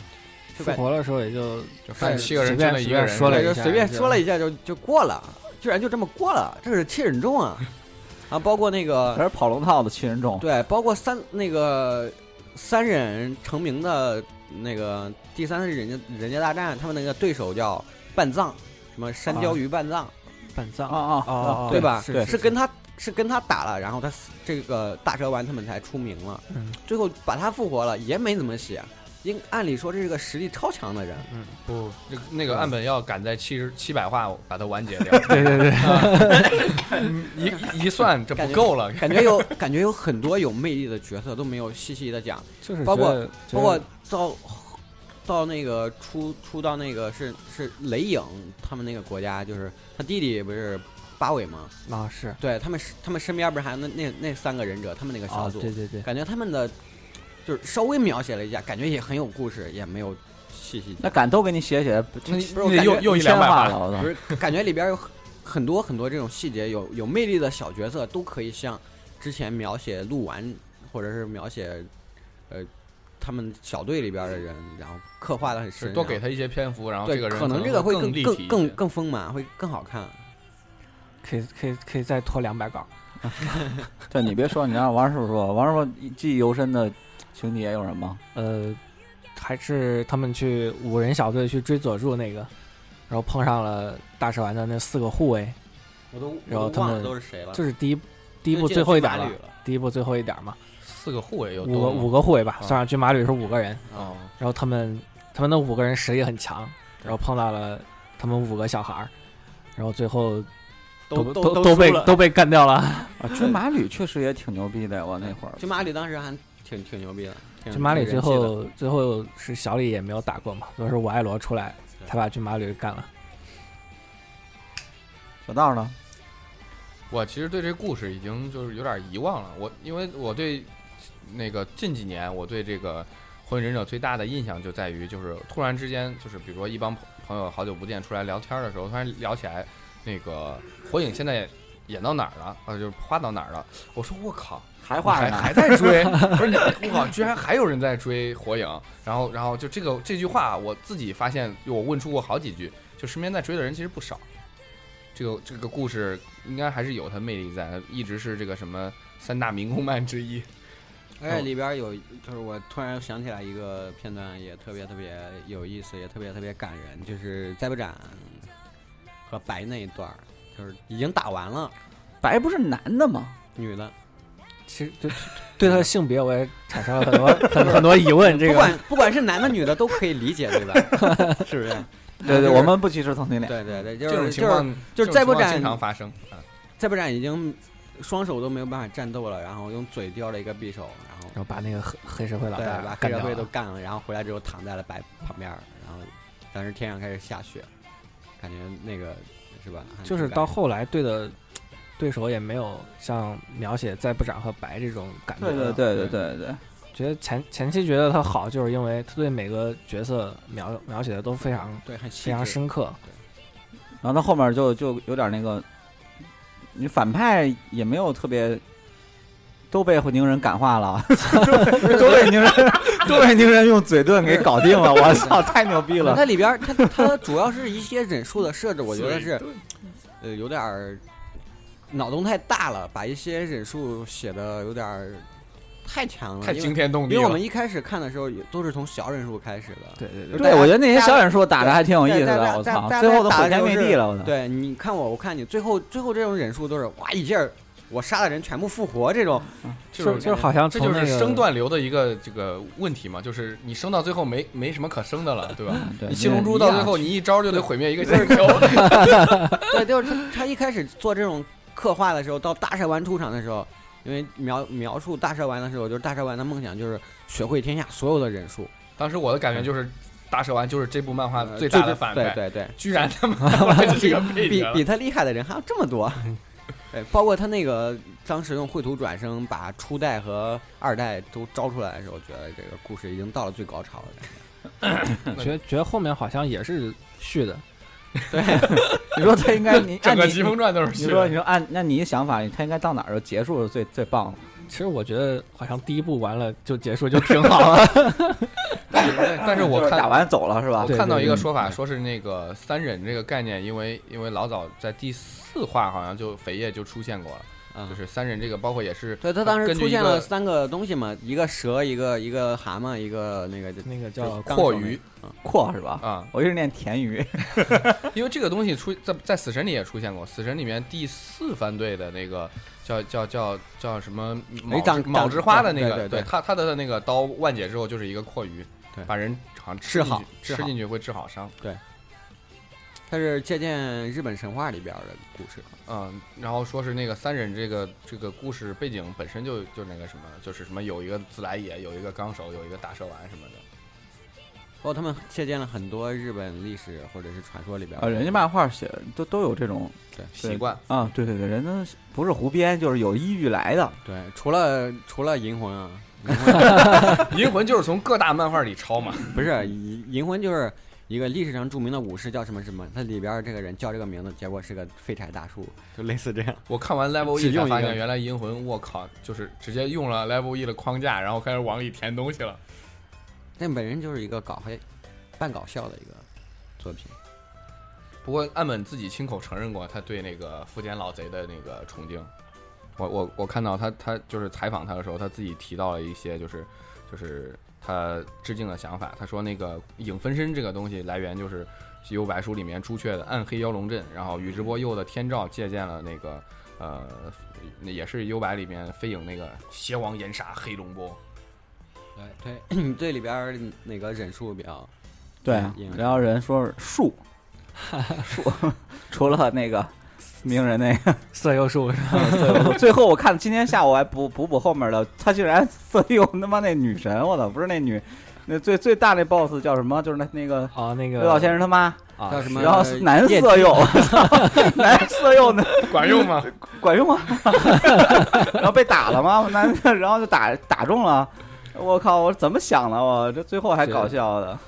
就
复
感
活的时候也就
就发现七个人真的一个人
随便随便说了
对，
一
就
下
随便
就
说了一下就就过了，居然就这么过了，这是七人众啊！啊，包括那
还
个
是跑龙套的七人众，
对，包括三那个三人成名的那个第三次人家人家大战，他们那个对手叫半藏，什么山椒鱼半藏，
半
啊
藏
啊啊！
哦
对吧？
啊是
对
是
是跟他是跟他打了，然后他死这个大蛇丸他们才出名了，
嗯
最后把他复活了，也没怎么写。应按理说这是个实力超强的
<laughs>
人，
嗯，不，
这个那个
嗯
岸本要赶在七十七百话把它完结掉，
<laughs>
对对对，
一一一算这不够了，
感觉有感觉有很多有魅力的角色都没有细细的讲，
就是
包括
觉得
包括到到那个出出到那个是是雷影他们那个国家，就是他弟弟不是八尾吗？
觉得啊是
对他们是他们身边不是还有那那那三个忍者，他们那个
哦
小
啊，
组，
对对对，
感觉他们的就是稍微描写了一下，感觉也很有故事，也没有细细
那敢都给你写写，
那你
不是我
那
感
又
觉
又一
千
两百
话
话
了，我操
不！是感觉里边有很很多很多这种细节，有有魅力的小角色都可以像之前描写鹿丸，或者是描写呃他们小队里边的人，然后刻画的
<laughs>
很
是
深，
多给
然后
他一些篇幅，然后
对，
这个人
可啊能这个
会
更
立体
更
一
更
些
更丰满，会更好看。
可以可以可以再拖两百稿，
<laughs> 对你别说，你让王师傅说，王师傅记忆犹深的情节有什么？
呃，还是他们去五人小队去追佐助那个，然后碰上了大蛇丸的那四个护卫，
我都
然后
我
他
都忘了
们
都是谁了，
就是第一第
第
一部最后一点了，第一部最后一点嘛，
四个护卫有
五个
多
五
吗
个护卫吧，
啊
算上军马吕是五个人，
哦，
然后他们他们那五个人实力很强，然后碰到了他们五个小孩儿，然后最后
都
都
都
都被
输了
都被干掉了。
啊，军马吕确实也挺牛逼的，我那会儿
军马里当时还挺挺牛逼的，挺
军马吕
挺
最
人气的
后最后是小李也没有打过嘛，都是我爱罗出来才把军马吕干了。
小道呢？
我其实对这故事已经就是有点遗忘了。我因为我对那个近几年我对这个《火影忍者》最大的印象就在于，就是突然之间，就是比如说一帮朋朋友好久不见出来聊天的时候，突然聊起来那个火影现在演到哪儿了，呃，就是画到哪儿了。我说我靠，
还画
还
着呢，
还在追，不是你我靠，居然还有人在追火影。然后然后就这个这句话，啊我自己发现，我问出过好几句，就身边在追的人其实不少。这个这个故事应该还是有它魅力在，一直是这个什么三大民工漫之一。
而哎
哦
且里边有，就是我突然想起来一个片段，也特别特别有意思，也特别特别感人，就是灾不斩和白那一段儿，就是已经打完了，
白不是男的吗？
女的，
其实
<laughs>
就对他的性别我也产生了很多很很多疑问。这
不
个
管不管是男的女的都可以理解，对吧？ <laughs> 是不是？
<laughs> 对
就
对，
是
我们不歧视同性恋。
对对对，就
这种
是
情
就是
况
就是
这
再
种
不
情况
斩
经常发生啊。
灾不斩已经双手都没有办法战斗了，然后用嘴叼了一个匕首，然后
然后把那个黑黑社会老
对
大
把
干
黑社
掉
会都
了。
干了，然后回来之后躺在了白旁边儿，然后当时天上开始下雪，感觉那个是吧？还
就是
挺感
到
人
后来对的对手也没有像描写再不斩和白这种感觉
对
了。
对对对对对，
觉得前前期觉得他好，就是因为他对每个角色描描写的都非常
对很细
非常
致
深刻。
然后到后面就就有点那个，你反派也没有特别，都被宁人感化 <laughs> 了，都被宁人都被宁人用嘴遁给搞定了，我 <laughs> 操，太牛逼了！
它里边儿它它主要是一些忍术的设置，我觉得是，呃，有点儿脑洞太大了，把一些忍术写的有点儿太强了，
太
因为
惊天动地
因为我
了
们。一开始看的时候也都是从小忍术开始的，
对对对
对，我觉得那些小忍术打的还挺有意思
对大
的，
家
我
大
操，
家
最后都
打的
毁天
就
灭地
是
了，我
啊
操。
对，你看我，我看你，最后最后这种忍术都是哇一劲儿，我杀的人全部复活这种，
就是就是好像
这
从
就
那
是
个
升段流的一个这个问题嘛，就是你升到最后没没什么可升的了，对吧？
对
你七龙珠到最后你一招就得毁灭一个星球，
对，就是他他一开始做这种刻画的时候，到大蛇丸出场的时候，因为描描述大蛇丸的时候，就是大蛇丸的梦想就是学会天下所有的忍术，
当时我的感觉就是，大蛇丸就是这部漫画
呃
最大的反派，
对对对，
居然他妈这是个配
比
角了。
比他厉害的人还有这
<laughs>
么多。对，包括他那个当时用绘图转生把初代和二代都招出来的时候，我觉得这个故事已经到了最高
<laughs>
潮了。
觉得觉得后面好像也是续的，
对，
你说他应 <laughs> 该你
整
按
个《
你
疾风传》都是
你
虚
说
的
你说按那你的想法，他应该到哪儿就结束是最最棒的。
其实我觉得好像第一部完了就结束就挺好了。
<laughs> 但是我
就是
看
打完走了是吧
我？
对
看到一个说法，
嗯
说是那个三忍这个概念，因为因为老早在第四话好像就扉页就出现过了，
嗯
就，是三忍这个，包括也是
对他当时
根据
出
一
现
个
了三个东西嘛，一个蛇，一个一个蛤蟆，一个那个
那个叫
刚
阔
手那
鱼
阔是吧？
啊，
我一直念田鱼，
因为这个东西出在在死神里也出现过，死神里面第四番队的那个叫叫叫叫什么卯
长
之卯之花的那
对
个，
对对
他他的那个刀万解之后就是一个阔鱼，
对对
把人好像
治好
吃进去
治
吃
好
进去会治好伤。
它是借鉴日本神话里边的故事，
嗯，然后说是那个三忍这个这个故事背景本身就就那个什么，就是什么有一个自来也，有一个纲手，有一个大蛇丸什么的。
包括他们借鉴了很多日本历史或者是传说里边。
啊，人家漫画写都都有这种
习惯，
啊，对对对，人家不是胡编，就是有依据来的。
对，除了除了银魂啊，
<laughs> 银魂就是从各大漫画里抄嘛。
不是银银魂就是一个历史上著名的武士叫什么什么，它里边这个人叫这个名字，结果是个废柴大叔，就类似这样。
我看完 Level
只
E
用
才发
一个
现，原来银魂，我靠，就是直接用了 Level E 的框架，然后开始往里填东西了。
但本人就是一个搞黑、半搞笑的一个作品。
不过岸本自己亲口承认过，他对那个福建老贼的那个崇敬。我我我看到他他就是采访他的时候，他自己提到了一些就是就是他致敬的想法。他说那个影分身这个东西来源就是《西游白书》里面朱雀的暗黑妖龙阵，然后宇智波鼬的天照借鉴了那个呃那也是幽白里面飞影那个邪王炎杀黑龙波。
对 <clears throat> 对，这里边那个忍术比较
对
嗯也有，
然后人说是 <laughs> 树，树，除了那个鸣人那个
色诱术是吧？
最后， <laughs> 最后我看今天下午还补补补后面的，他竟然色诱他妈那女神，我操，不是那女，那最最大那 boss 叫什么？就是那那个
哦，那个
刘老先生他妈，
啊
叫什么？呃
然后是男色诱， <laughs> 男色诱呢
管用 <laughs> 吗？
管用吗？ <laughs> 然后被打了吗？男，然后就打打中了。我靠！我怎么想的？我这最后还搞笑
<laughs>
的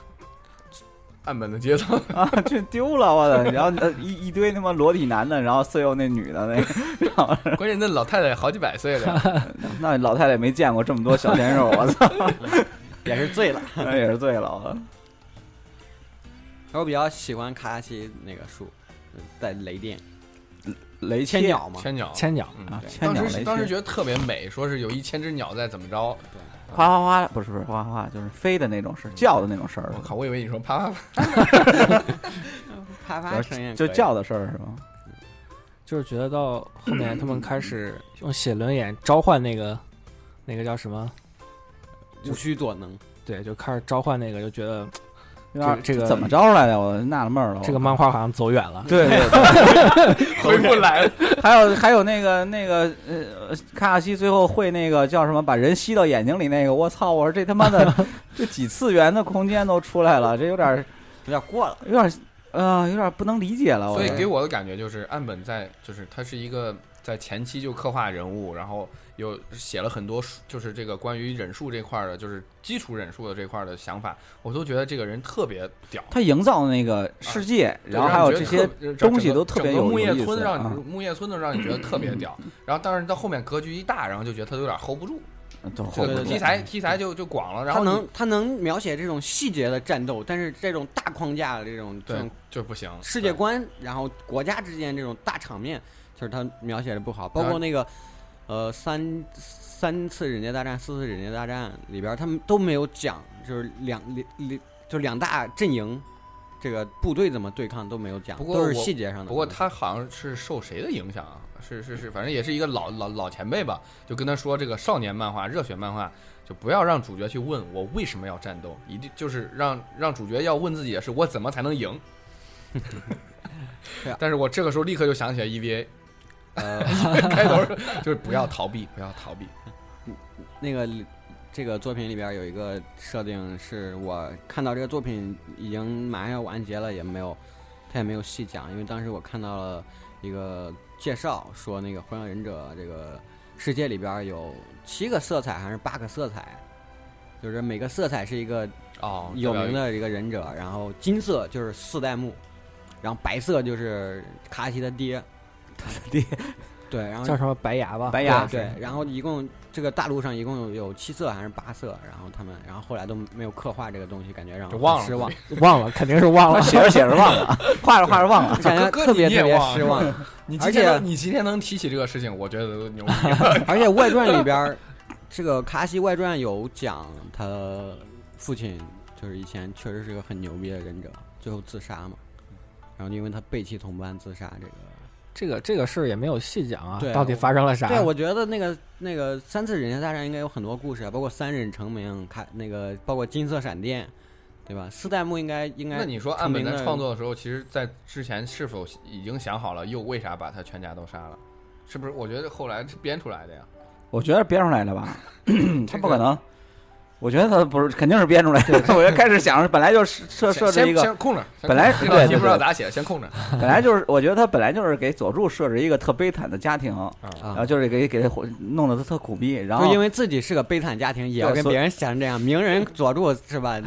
岸本的节操。
啊！这丢了我的，然后呃一一堆他妈裸体男的，然后色诱那女的那个，
关键那老太太好几百岁了，
那老太太没见过这么多小鲜肉，我操，
也是醉了。
<laughs> 那也是醉了。我
<laughs> 我比较喜欢卡卡西那个术，在雷电
雷
千鸟嘛，
千鸟。
千鸟
啊
嗯，
千
当
鸟
时
雷
是
切，
当时觉得特别美，说是有一千只鸟在怎么着？
哗哗哗，不是不是哗哗哗，就是飞的那种声，叫的那种声儿
嗯我，靠，我以为你说啪啪啪。
啪
就
啪
是
声音
就叫的声儿是吗？
就是觉得到后面他们开始用写轮眼召唤那个那个叫什么？
无需所能。
对，就开始召唤那个，就觉得
有点
这个
怎么招来的？我纳了闷儿了。
这个漫画好像走远了。
对对
回不来了。
还有还有那个那个呃，卡卡西最后会那个叫什么，把人吸到眼睛里那个，我操！我说这他妈的
<laughs>
这几次元的空间都出来了，这有点儿
有点过了。
有点儿呃有点儿不能理解了。我
所以
说
给我的感觉就是，岸本在就是他是一个在前期就刻画人物，然后有写了很多书就是这个关于忍术这块儿的，就是基础忍术的这块儿的想法，我都觉得这个人特别屌。
他营造那个世界，
啊
然后还有这些东西都特别
整
有
个木叶
有意
村
思
让
啊嗯
你木叶村都让你觉得特别屌，然后但是到后面格局一大，然后就觉得他有点 hold 不住，这
都后
个题材题材就就广了，然
他
后你
能他能描写这种细节的战斗，但是这种大框架的这种这
对
嗯
种
就不行，
世界
对
观，然后国家之间这种大场面，就是他描写的不好。包
然
括
后
那个呃三三次忍界大战、四次忍界大战里边，他们都没有讲，就是两两两就两大阵营这个部队怎么对抗都没有讲，
不过
都是
我
细节上的东西。
不过他好像是受谁的影响啊？是是是，反正也是一个老老老前辈吧，就跟他说这个少年漫画、热血漫画，就不要让主角去问我为什么要战斗，一定就是让让主角要问自己的是我怎么才能赢
<laughs>
对啊。
但是我这个时候立刻就想起来 E EVA，
呃，
<laughs> 开头
<laughs>
是就是不要逃避，不要逃避。
那个里这个作品里边有一个设定，是我看到这个作品已经马上要完结了，也没有他也没有细讲，因为当时我看到了一个介绍，说那个《火影忍者》这个世界里边有七个色彩还是八个色彩，就是每个色彩是一个
<laughs>
哦，
有名
的
的一个忍者，然后金色就是四代目，然后白色就是卡西的爹，他的
爹，
对，然后
叫什么白牙吧？
白牙
对对，然后一共这个大陆上一共有有七色还是八色，然后他们然后后来都没有刻画这个东西，感觉让
就
我
忘
很失
了
望，
忘了，肯定是忘
<laughs> 我
了。
写着写着忘了，画着画着忘了。
感觉
<laughs> 哥
特别
你也
特别
忘了
失
<laughs>
望。
你
而
今
且
天能你今天能提起这个事情，我觉得都
<laughs>
牛逼。
而且外传里边儿，这个卡西外传有讲他父亲就是以前确实是个很牛逼的忍者，最后自杀嘛，然后因为他背弃同伴自杀这个。
这个这个事儿也没有细讲啊
对，
到底发生了啥？
对，我觉得那个那个三次忍者大战应该有很多故事啊，包括三忍成名，看那个包括金色闪电，对吧？四代目应该应该
那你说岸本
成名
在
的
创作的时候，其实，在之前是否已经想好了，又为啥把他全家都杀了？是不是？我觉得后来是编出来的呀。
我觉得是编出来的吧，嗯他不可能。我觉得他不是，肯定是编出来的。 <laughs> 我就开始想，本来就是设设
先
置一个，
先空着，先
本来
空着这道
对
题
对
不知道
对
咋写，先空着。
本来就是，我觉得他本来就是给佐助设置一个特悲惨的家庭，然
啊
后，就是给给他弄得他特苦逼。然后
就因为自己是个悲惨家庭，也要
对
跟
所以
别人想这样，名人佐助是吧？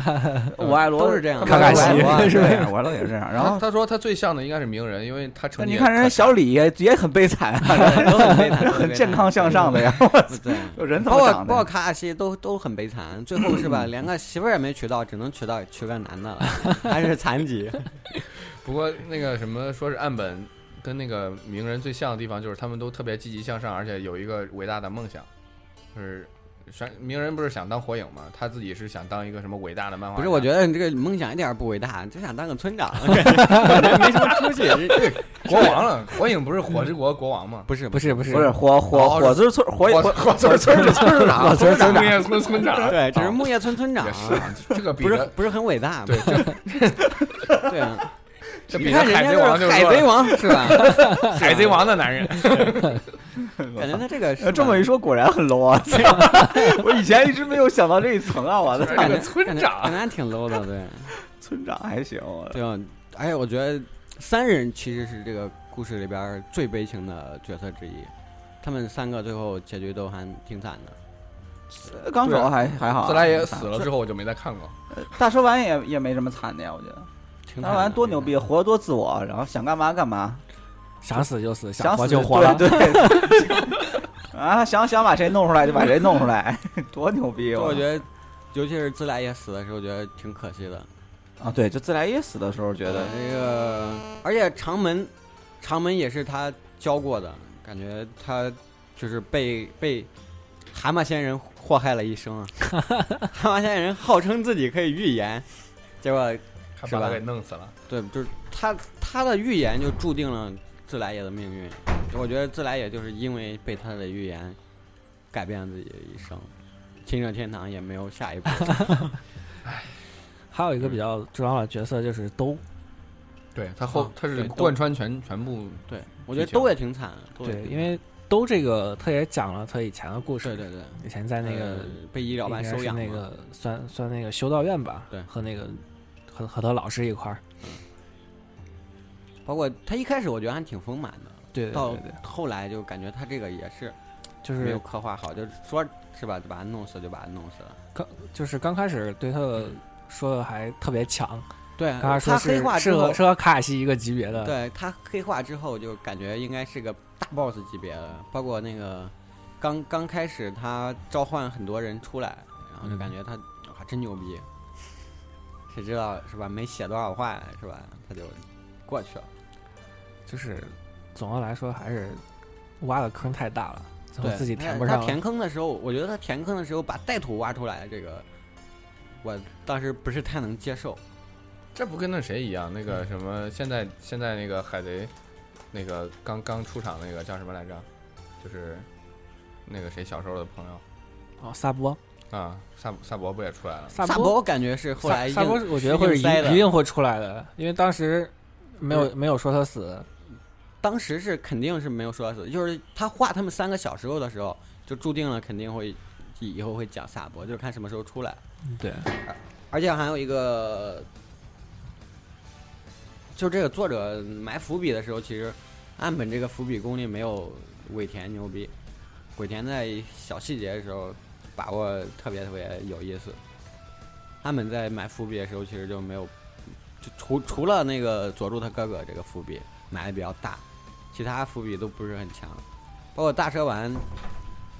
我爱罗
呃都是这样的
他们
卡卡西
我爱罗 <laughs>
是吧
这样，我爱罗也是这样。然
他
后
他说他最像的应该是名人，因为他成
但
绩也
你看人家
特
小李也也很悲惨
<laughs>
啊，
都很悲惨，
很健康向上的呀。
<laughs> 对。
就人
嗯
怎
包
么
括
长
包括
的？
卡卡西都都很悲惨，最后是吧，连个媳妇儿也没娶到，只能娶到娶个男的了，还是残疾。
不过那个什么，说是岸本跟那个名人最像的地方，就是他们都特别积极向上，而且有一个伟大的梦想，就是选名人不是想当火影吗？他自己是想当一个什么伟大的漫画家？
不是，我觉得你这个梦想一点儿不伟大，就想当个村长，人没什么出息。人
国王了，火影不是火之国国王吗？
不是
不是不是
不是火火
哦
火之村火
火
火
火村村村长，
火村村长
木叶村村长，
对，只是木叶村村长
也，是啊，这个比
不是
着
不是很伟大。
对，这
<laughs> 对啊，
这比
你
着
看人
海
家
贼王就
就是海
是
贼王是吧？
海贼王的男人，
感觉他这个是
<laughs> 呃这么一说，果然很 low 啊！ <laughs> 我以前一直没有想到这一层啊！我的
这个
感觉
村
感
长
觉还挺 low 的，
<laughs>
对
村长还行，我的
对啊。而且我觉得三人其实是这个故事里边儿最悲情的角色之一，他们三个最后结局都还挺惨的。
呃纲手还还好啊。
自来也死了之后，我就没再看过。
<laughs> 大蛇丸也也没什么惨的呀，我觉得。
挺
大
惨
蛇
的
丸多牛！逼，活得多自我，然后想干嘛干嘛，
想死就死，
想
活
死
就活了。
对对。 <laughs> 啊，想想把谁弄出来就把谁弄出来，多牛逼！
就我觉
得
得，尤其是自来也死的时候，我觉得挺可惜的。
啊，对，就自来也死的时候觉得
那个，而且长门，长门也是他教过的，感觉他就是被被蛤蟆仙人祸害了一生
<laughs>
啊。蛤蟆仙人号称自己可以预言，结果
他
是
把
吧
他给弄死了，
对，就是他他的预言就注定了自来也的命运。我觉得自来也就是因为被他的预言改变了自己的一生，亲热天堂也没有下一
<laughs>
步。
还有一个比较重要的角色就是兜，
对他后
啊
他是
对都
贯穿全全部
对，我觉得都也挺惨，都也
对，
挺
因为兜这个他也讲了他以前的故
对
事，
对对，
以前在那个
呃被医疗
应
班
该
收
是
养
那
嘛
个算算那个修道院吧，
对
和那个和和他老师一块儿，
包括他一开始我觉得还挺丰满的，
对对
到
对对，
后来就感觉他这个也是
就
没有
是
刻画好，就是说是吧，就把他弄死就把他弄死了。
就是刚开始对他的说的还特别强，
对，
刚开始说
呃他黑化
是
之
是
后
和，是和卡卡西一个级别的，
对他黑化之后就感觉应该是个大 boss 级别的，包括那个刚刚开始他召唤很多人出来，然后就
嗯
感觉他啊真牛逼，谁知道是吧？没写多少话是吧？他就过去了。
就是总的来说还是挖的坑太大了，最后
对，
自己
他
填不
他
上
填
了。
坑的时候，我觉得他填坑的时候把带土挖出来，这个我当时不是太能接受。
这不跟那谁一样？那个什么，现在现在那个海贼，那个刚刚出场那个叫什么来着？就是那个谁小时候的朋友
哦，萨博，
啊，萨萨博不也出来了？
萨
萨博我感觉是后来
萨萨
硬
博我觉得会是
硬塞
一一
的，
定会出来的，因为当时没有没有说他死，
当时是肯定是没有说死，就是他画他们三个小时候的时候，就注定了肯定会以以后会讲萨博，就是看什么时候出来。
对，
而且还有一个，就这个作者埋伏笔的时候，其实岸本这个伏笔功力没有尾田牛逼。尾田在小细节的时候把握特别特别有意思。岸本在埋伏笔的时候，其实就没有，就除除了那个佐助他哥哥这个伏笔埋的比较大，其他伏笔都不是很强。包括大蛇丸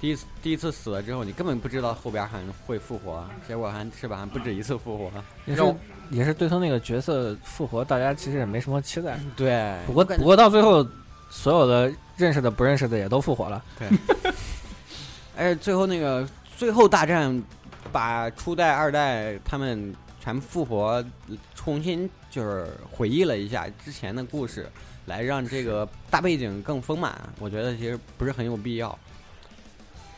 第一次第一次死了之后，你根本不知道后边还会复活，啊结果还是吧，还不止一次复活。啊
也
让
是
我
也是对他那个角色复活，大家其实也没什么
嗯
期待。
对，
不过
我感
不
觉
过到最后，所有的认识的不认识的也都复活了。
而且哎最后那个最后大战，把初代、二代他们全复活，重新就是回忆了一下之前的故事，来让这个大背景更丰满，我觉得其实不是很有必要。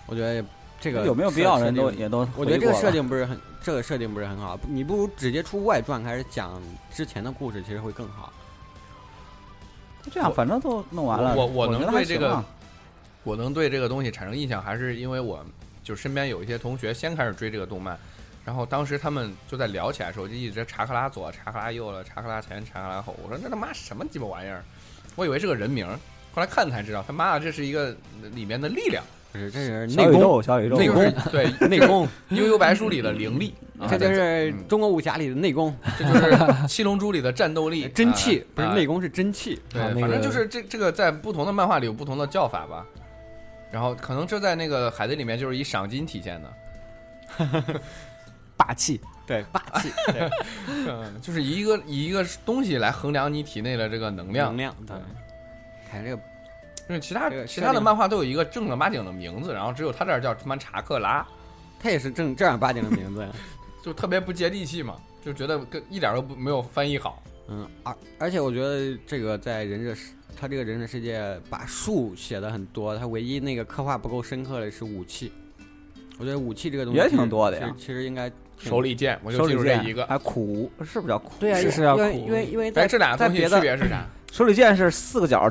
我觉得这个
有没有必
设
要
设
人都
定
也都
我觉得这个设
<laughs>
定不是很，这个设定不是很好。你不如直接出外传，开始讲之前的故事，其实会更好。
这样，反正都弄完了。
我我
我
能
觉得
对
还
这
行
个
啊
我能对这个东西产生印象，还是因为我就身边有一些同学先开始追这个动漫，然后当时他们就在聊起来的时候，就一直查克拉左、查克拉右了、查克拉前、查克拉后。我说那他妈什么鸡巴玩意儿？我以为是个人名儿，后来看才知道，他妈的这是一个里面的力量，
不是，这是
小
内
宇
功，
宙，小宇宙，
内
就
功
是对《
内
<laughs>
功，
悠悠白书》里的灵力，啊
这就是
嗯
中国武侠里的内功，
这就是《七龙珠》里的战斗力、
真气
啊
不是
啊
内功是真气。
对
啊，那
反正
个
就是这这个在不同的漫画里有不同的叫法吧，然后可能这在那个海贼里面就是以赏金体现的，
霸气，
对，霸气，对
就是以一个以一个东西来衡量你体内的这个能量
能。量，对。看这个
因为其他
这个
其
设
他的
定
漫画都有一个正儿八经的名字，然后只有他这儿叫他妈查克拉，
他也是正正儿八经的名字，
就特别不接地气嘛，就觉得跟一点都不没有翻译好。
<laughs> 嗯，而而且我觉得这个在忍者世，他这个忍者世界把树写的很多，他唯一那个刻画不够深刻的是武器。我觉得武器这个东西
也挺多的呀
其实其实应该挺
手里剑，我
手
就记
里
住这
剑
一个。
还苦，是不是叫苦？
对呀、
是
是要
因为
苦
因为因为
哎，
在
这俩
在
东西
别
区
的
别是啥？
手里剑是四个角，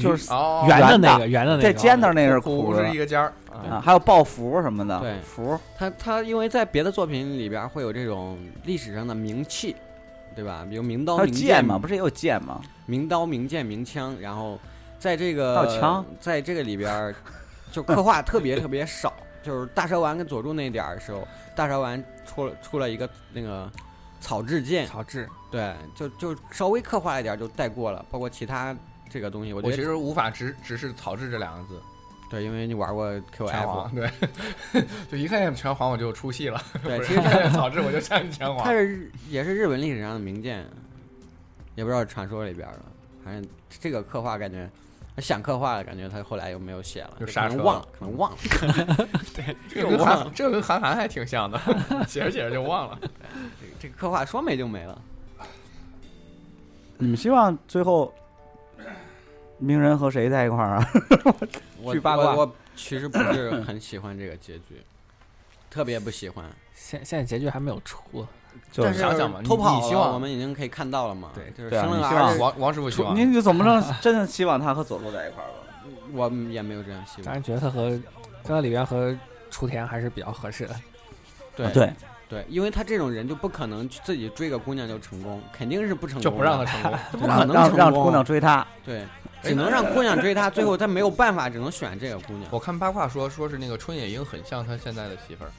就是
哦，
圆的
圆
那
的
个，圆的那
这
个，啊
尖头那是
苦
苦
是
的
一个尖儿
啊，
啊，
还有爆符什么的，
对
符
他他因为在别的作品里边会有这种历史上的名气，对吧？比如名刀
还有
名剑
剑嘛，不是也有剑吗？
名刀名剑名枪，然后在这个
还有枪
在这个里边儿就刻画特别特别少，就是大蛇丸跟佐助那点儿的时候，大蛇丸出了出了一个那个草制剑，
草质，
对，就就稍微刻画一点儿就带过了，包括其他这个东西，我
我
觉
其
得
实无法直直视“草字”这两个字。
对，因为你玩过 QF，
<laughs> 皇对，就一看见拳皇我就出戏了。 <laughs>
对，
不
其
是
实
看见
它
草质我就上拳
它
皇。
是日也是日本历史上的名剑，也不知道传说里边儿的，反正这个刻画感觉。想刻画的感觉，他后来又没有写了，
就
可
刹
能
车
忘
了
了，可能忘了。
这个跟韩这个跟韩寒还挺像 <laughs> 的，写着写着就忘了。
这个这个刻画说没就没了。
你们希望最后鸣人和谁在一块儿
<laughs>
啊？
我
去八卦
我我其实不是很喜欢这个结局，特别不喜欢。
现现在结局还没有出，
就
但
是
是
想想吧你
偷跑
你
了
希望
我们已经可以看到了嘛？
对
就是
对啊
生了
你
个
希望
儿子，
王王师傅希望，
你总
<laughs>
不能真的希望他和佐助在一块儿吧？
我也没有这样希
当
望。
然觉得他和刚刚里边和雏田还是比较合适的。
对
对，
对因为他这种人就不可能去自己追个姑娘就成功，肯定是不成功
就
的，
不让他成功。
<laughs>
他不可
让
能
让
成
让
功。啊
姑娘追他，
对，只能让姑娘追他，最后他没有办法，只能选这个姑
<laughs>
娘。
我看八卦说说是那个春野樱很像他现在的媳妇儿，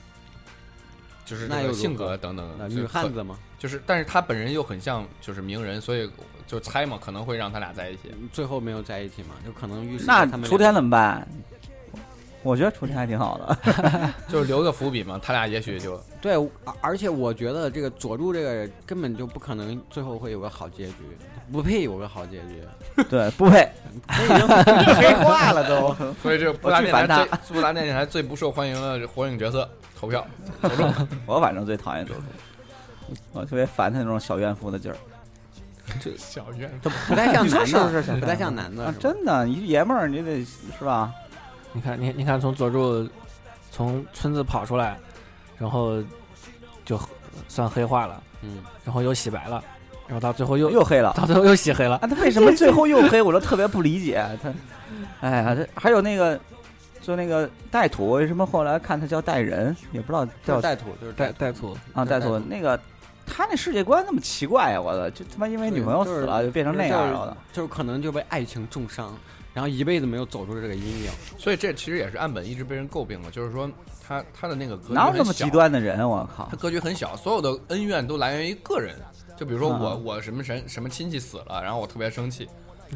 就是
那
这
又
个
如何
性格等等
那
的，
女汉子嘛，
就是，但是他本人又很像就是名人，所以就猜嘛可能会让他俩在一起。
最后没有在一起嘛，就可能预示
那
着他们
雏田
俩
怎么办？我觉得雏田还挺好的， <laughs>
就是留个伏笔嘛，他俩也许就
对，而而且我觉得这个佐助这个人根本就不可能最后会有个好结局，不配有个好结局，
<laughs> 对，不
<laughs>
配。
这已经很黑化了都。
所以这布达电台最布达电台最不受欢迎的火影角色投票，
<laughs> 我反正最讨厌佐助，我特别烦他那种小怨妇的劲儿，
小怨
都不太像男
<laughs> 你说是不
的，
是小
不太像男的
啊
是吧，
真的，一爷们儿你得是吧？
你看，你你看，从佐助从村子跑出来，然后就算黑化了，
嗯，
然后又洗白了，然后到最后又
又黑了。
到最后又洗黑了。
啊，他为
<laughs>
什么最后又黑？我就特别不理解他。哎呀，这还有那个，就那个带土，为什么后来看他叫带人，也不知道
就是
叫
带土，就是
带
带
带土，
啊带土
带土
那个。他那世界观那么奇怪呀、我的，就他妈因为女朋友死了就变成那样了，我的。
就是可能就被爱情重伤，然后一辈子没有走出这个阴影。
所以这其实也是岸本一直被人诟病的，就是说他他的那个格局
哪有那么
很小
极端的人？我靠
他！格局很小，所有的恩怨都来源于个人。就比如说我、
啊
我什么神什么亲戚死了，然后我特别生气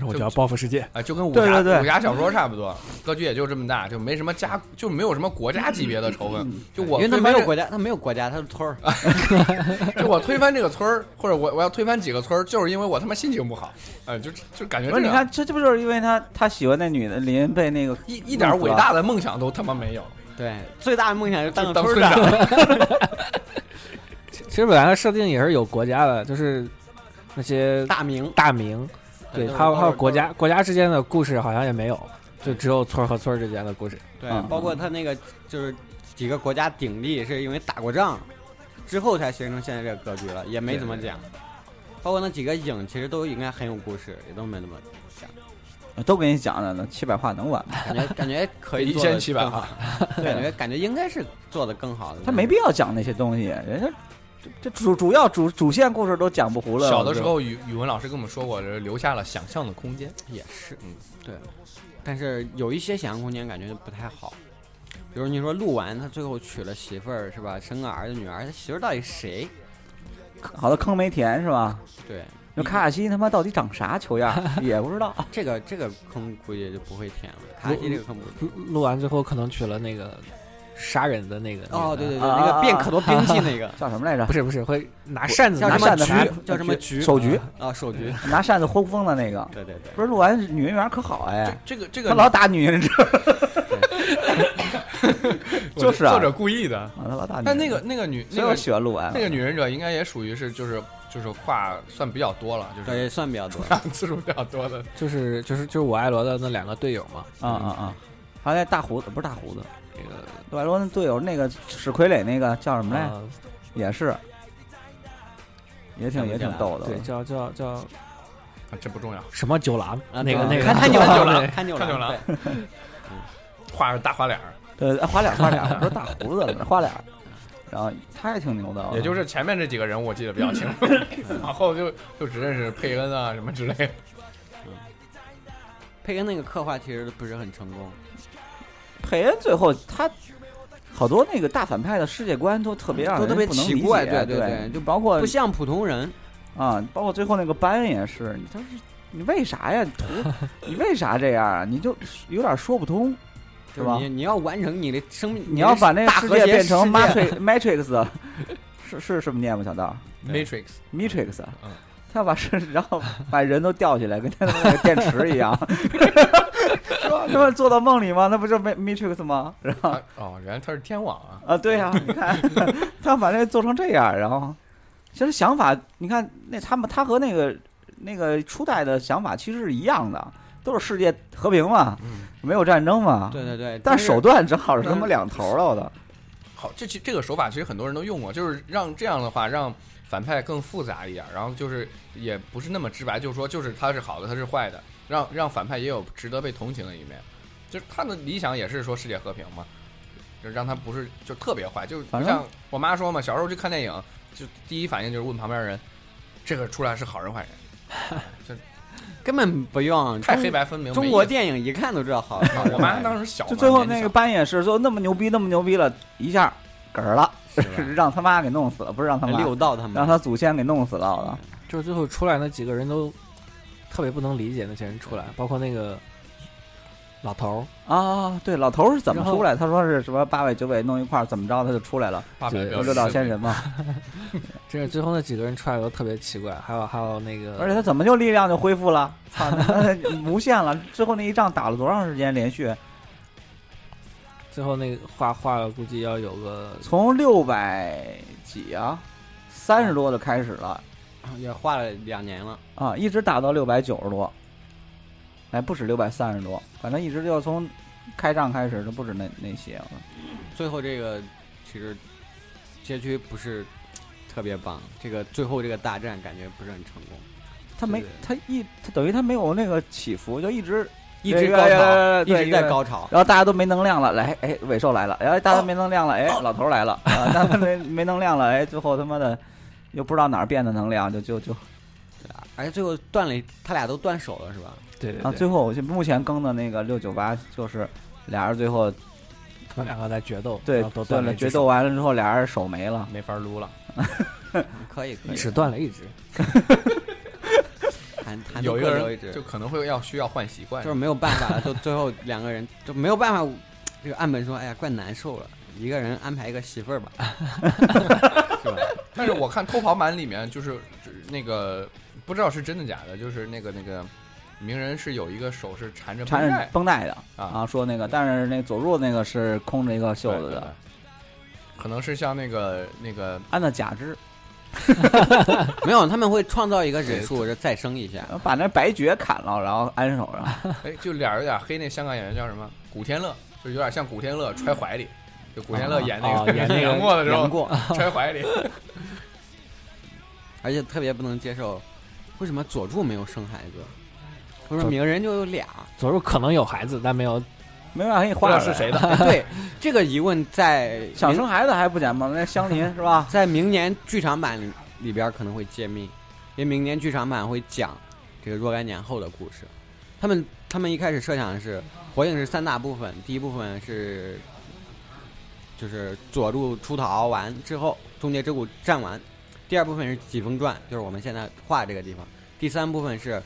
我就要报复世界。
啊、就跟武侠
对对对
武侠小说差不多，格局也就这么大，就没什么家就没有什么国家级别的仇恨。
嗯
就我
因为他
推
没
翻
有
这
国家，他没有国家，他是村
啊
儿。
就我推翻这个村儿，或者我我要推翻几个村儿，就是因为我他妈心情不好，哎、就就感觉
不
这
是，你
样
看，这这不就是因为他他喜欢那女的林被那个
一一点伟大的梦想都他妈
<laughs>
没有，
对，最大的梦想就是当
就
个
当
村
村
长。
长。
其实本来设定也是有国家的，就是那些
大明
大名，对，
都是
还有
都是
还有国家国家之间的故事好像也没有，就只有村儿和村儿之间的故事。
对
嗯，
包括他那个就是几个国家鼎立，是因为打过仗之后才形成现在这个格局了，也没
对
怎么
对对
讲。包括那几个影，其实都应该很有故事，也都没那么讲，
都给你讲讲呢，七百话能
<laughs>
完吗？
感觉感觉可以
一
做得
千七百
更好
啊，
感觉感觉应该是做的更好的。
他没必要讲那些东西，人家这这主主要主主线故事都讲 <laughs> 不糊了。
小的时候语语文老师跟我们说过，就是留下了想象的空间。
也是，
嗯，
对。但是有一些想象空间感觉就不太好，比如你说鹿丸他最后娶了媳妇儿是吧，生个儿子女儿，他媳妇儿到底谁？
好多坑没填是吧？
对，
就
嗯
卡卡西他妈到底长啥球样
<laughs>
也不知道。
这个这个坑估计就不会填了，卡西这个坑不会填。
录录完之后可能娶了那个杀人的那个
哦，对对对，
<laughs> 啊
那个变可多兵器那个
叫什么来着
不？是不是会拿扇子
叫
拿
什
<laughs> 拿
么
扇子
局
拿
叫什么局
手局，
啊，手局，
拿扇子轰风的那个，
对对对，
不是鹿丸女人缘可好哎，
这个这
他
个
老打女人，这
我
就是啊
作者故意的。 <laughs>
他老打女人。
但那个，那个女
所
那
以我
个
喜欢鹿丸。
那个女忍者应该也属于是就是就是话算比较多了，就是
对算比较多。
<laughs> 次数比较多的。
就是就是就是我爱罗的那两个队友嘛，
啊啊啊！
嗯
还有那大胡子，不是大胡子，
那个
鹿丸说那队友那个史傀儡那个叫什么来着？
啊
呃
也是，也挺也挺逗的。
对叫叫叫
啊，这不重要，
哎嗯什么九郎
啊
那个
对
那个
看看牛
九
郎，
郎，
看牛
看牛
郎
郎，
对
画着大花脸儿，
对，花脸花脸，不是大胡子 <laughs> 了，花脸。然后他也挺牛的，
也就是前面这几个人我记得比较清楚，
嗯
<laughs> 往后就就只认识佩恩啊什么之类的。
佩恩那个刻画其实不是很成功，
佩恩最后他好多那个大反派的世界观都特别让人
都特别
不能
奇
理
怪
解
对对
对
对
就包括
不像普通人。
啊，包括最后那个班也是，你他是你为啥呀？你图 <laughs> 你为啥这样啊？你就有点说不通，
就是
吧
你你要完成你的生命，
你要
的
把那个
大
世
和
界
谐
变成
世
Matrix Matrix，是是这么念吗？小道
Matrix，
Matrix，
嗯
他把是然后把人都吊起来，跟他的那个电池 <laughs> 一样，说他们做到梦里吗？那不就 Ma- Matrix 吗？然后
啊哦，原来他是天网啊，
啊，对呀、你看他把那做成这样，然后其实想法，你看那他们他和那个那个初代的想法其实是一样的，都是世界和平嘛，
嗯，
没有战争嘛。
对对对，
但手段正好是他
但
妈
是
两头了的，
好，这其这个手法其实很多人都用过，就是让这样的话让反派更复杂一点，然后就是也不是那么直白，就是说就是他是好的，他是坏的，让让反派也有值得被同情的一面，就是他的理想也是说世界和平嘛，就让他不是就特别坏，就是
反正
像我妈说嘛，小时候去看电影，就第一反应就是问旁边人，这个出来是好人坏人，
根本不用
太
中
黑白分明。
中国电啊影一看都知
<laughs>
道好。
没
好
意思，我妈当时小嘛，
就最后那
年
个
小
班也是说那么牛逼，那么牛逼了，一下嗝儿了，
是吧哎
让他妈给弄死了，不是让他妈，
六道他们
让他祖先给弄死了的。
就是最后出来那几个人都特别不能理解那些人出来，包括那个老头儿，
啊，对，老头儿是怎么
然后
出来？他说是什么八尾九尾弄一块儿，怎么着他就出来了，
八百
对
标
就
识
六道仙人嘛。
这最后那几个人出来都特别奇怪，还有还有那
呃
个，
而且他怎么就力量就恢复了？操，
<laughs>
那无限了！最后那一仗打了多长时间？连续
最后那个画画了，估计要有个
从六百几啊，三十多就开始了
也画了两年了。
啊，一直打到六百九十多，哎，不止六百三十多，反正一直就从开仗开始就不止那那些了。
最后这个其实结局不是特别棒，这个最后这个大战感觉不是很成功，
他没
对
他一他等于他没有那个起伏，就一直
一直
对
高
对
潮，
对对对
一直在
对
高潮。
然后大家都没能量了，来，哎，尾兽来了，
哦
然后大家都没能量了，哎，老头来了，
<laughs>
啊，大家没没能量了，哎，最后他妈的又不知道哪儿变的能量，就就就
对啊而且最后断了，他俩都断手了是吧？
对对
啊，最后我就目前更的那个六九八就是俩人最后
他们两个在决斗，
对
然
啊
后都
对
断
了，
一只
决斗完了之后俩人手没了，
没法撸了。
可以可
手，
以，
只断了一只，
弹弹
有一
个
个
留一只
人就可能会要需要换习惯，
就是没有办法了，就最后两个人就没有办法。这个岸本说：“哎呀，怪难受了，一个人安排一个媳妇儿吧， <laughs> 是吧？
但是我看《偷跑版》里面就是就是那个不知道是真的假的，就是那个那个鸣人是有一个手是缠着绷
缠着
带
绷带的
啊
啊，说那个，但是那佐助那个是空着一个袖
对
子
对
的
对，可能是像那个那个
安的假肢
没有，他们会创造一个人数，就再生一下。
然后把那白绝砍了，然后安手上。
哎，就脸儿有点黑，那香港演员叫什么？古天乐，就是有点像古天乐揣怀里，就古天乐演
啊
那个、
哦演那个
杨过的时
杨
候
过，
揣怀里，
<laughs> 而且特别不能接受，为什么佐助没有生孩子？为什么鸣人就有俩？ <laughs>
佐助可能有孩子，但没有
没办法，给你
不
画
知道
了
是谁的。
对，这个疑问在
想
明
生孩子还不简单吗？那
<laughs>
香菱是吧？
在明年剧场版里里边可能会揭秘，因为明年剧场版会讲这个若干年后的故事。他们他们一开始设想的是，火影是三大部分，第一部分是就是佐助出逃完之后，终结之谷战完；第二部分是疾风传，就是我们现在画这个地方；第三部分是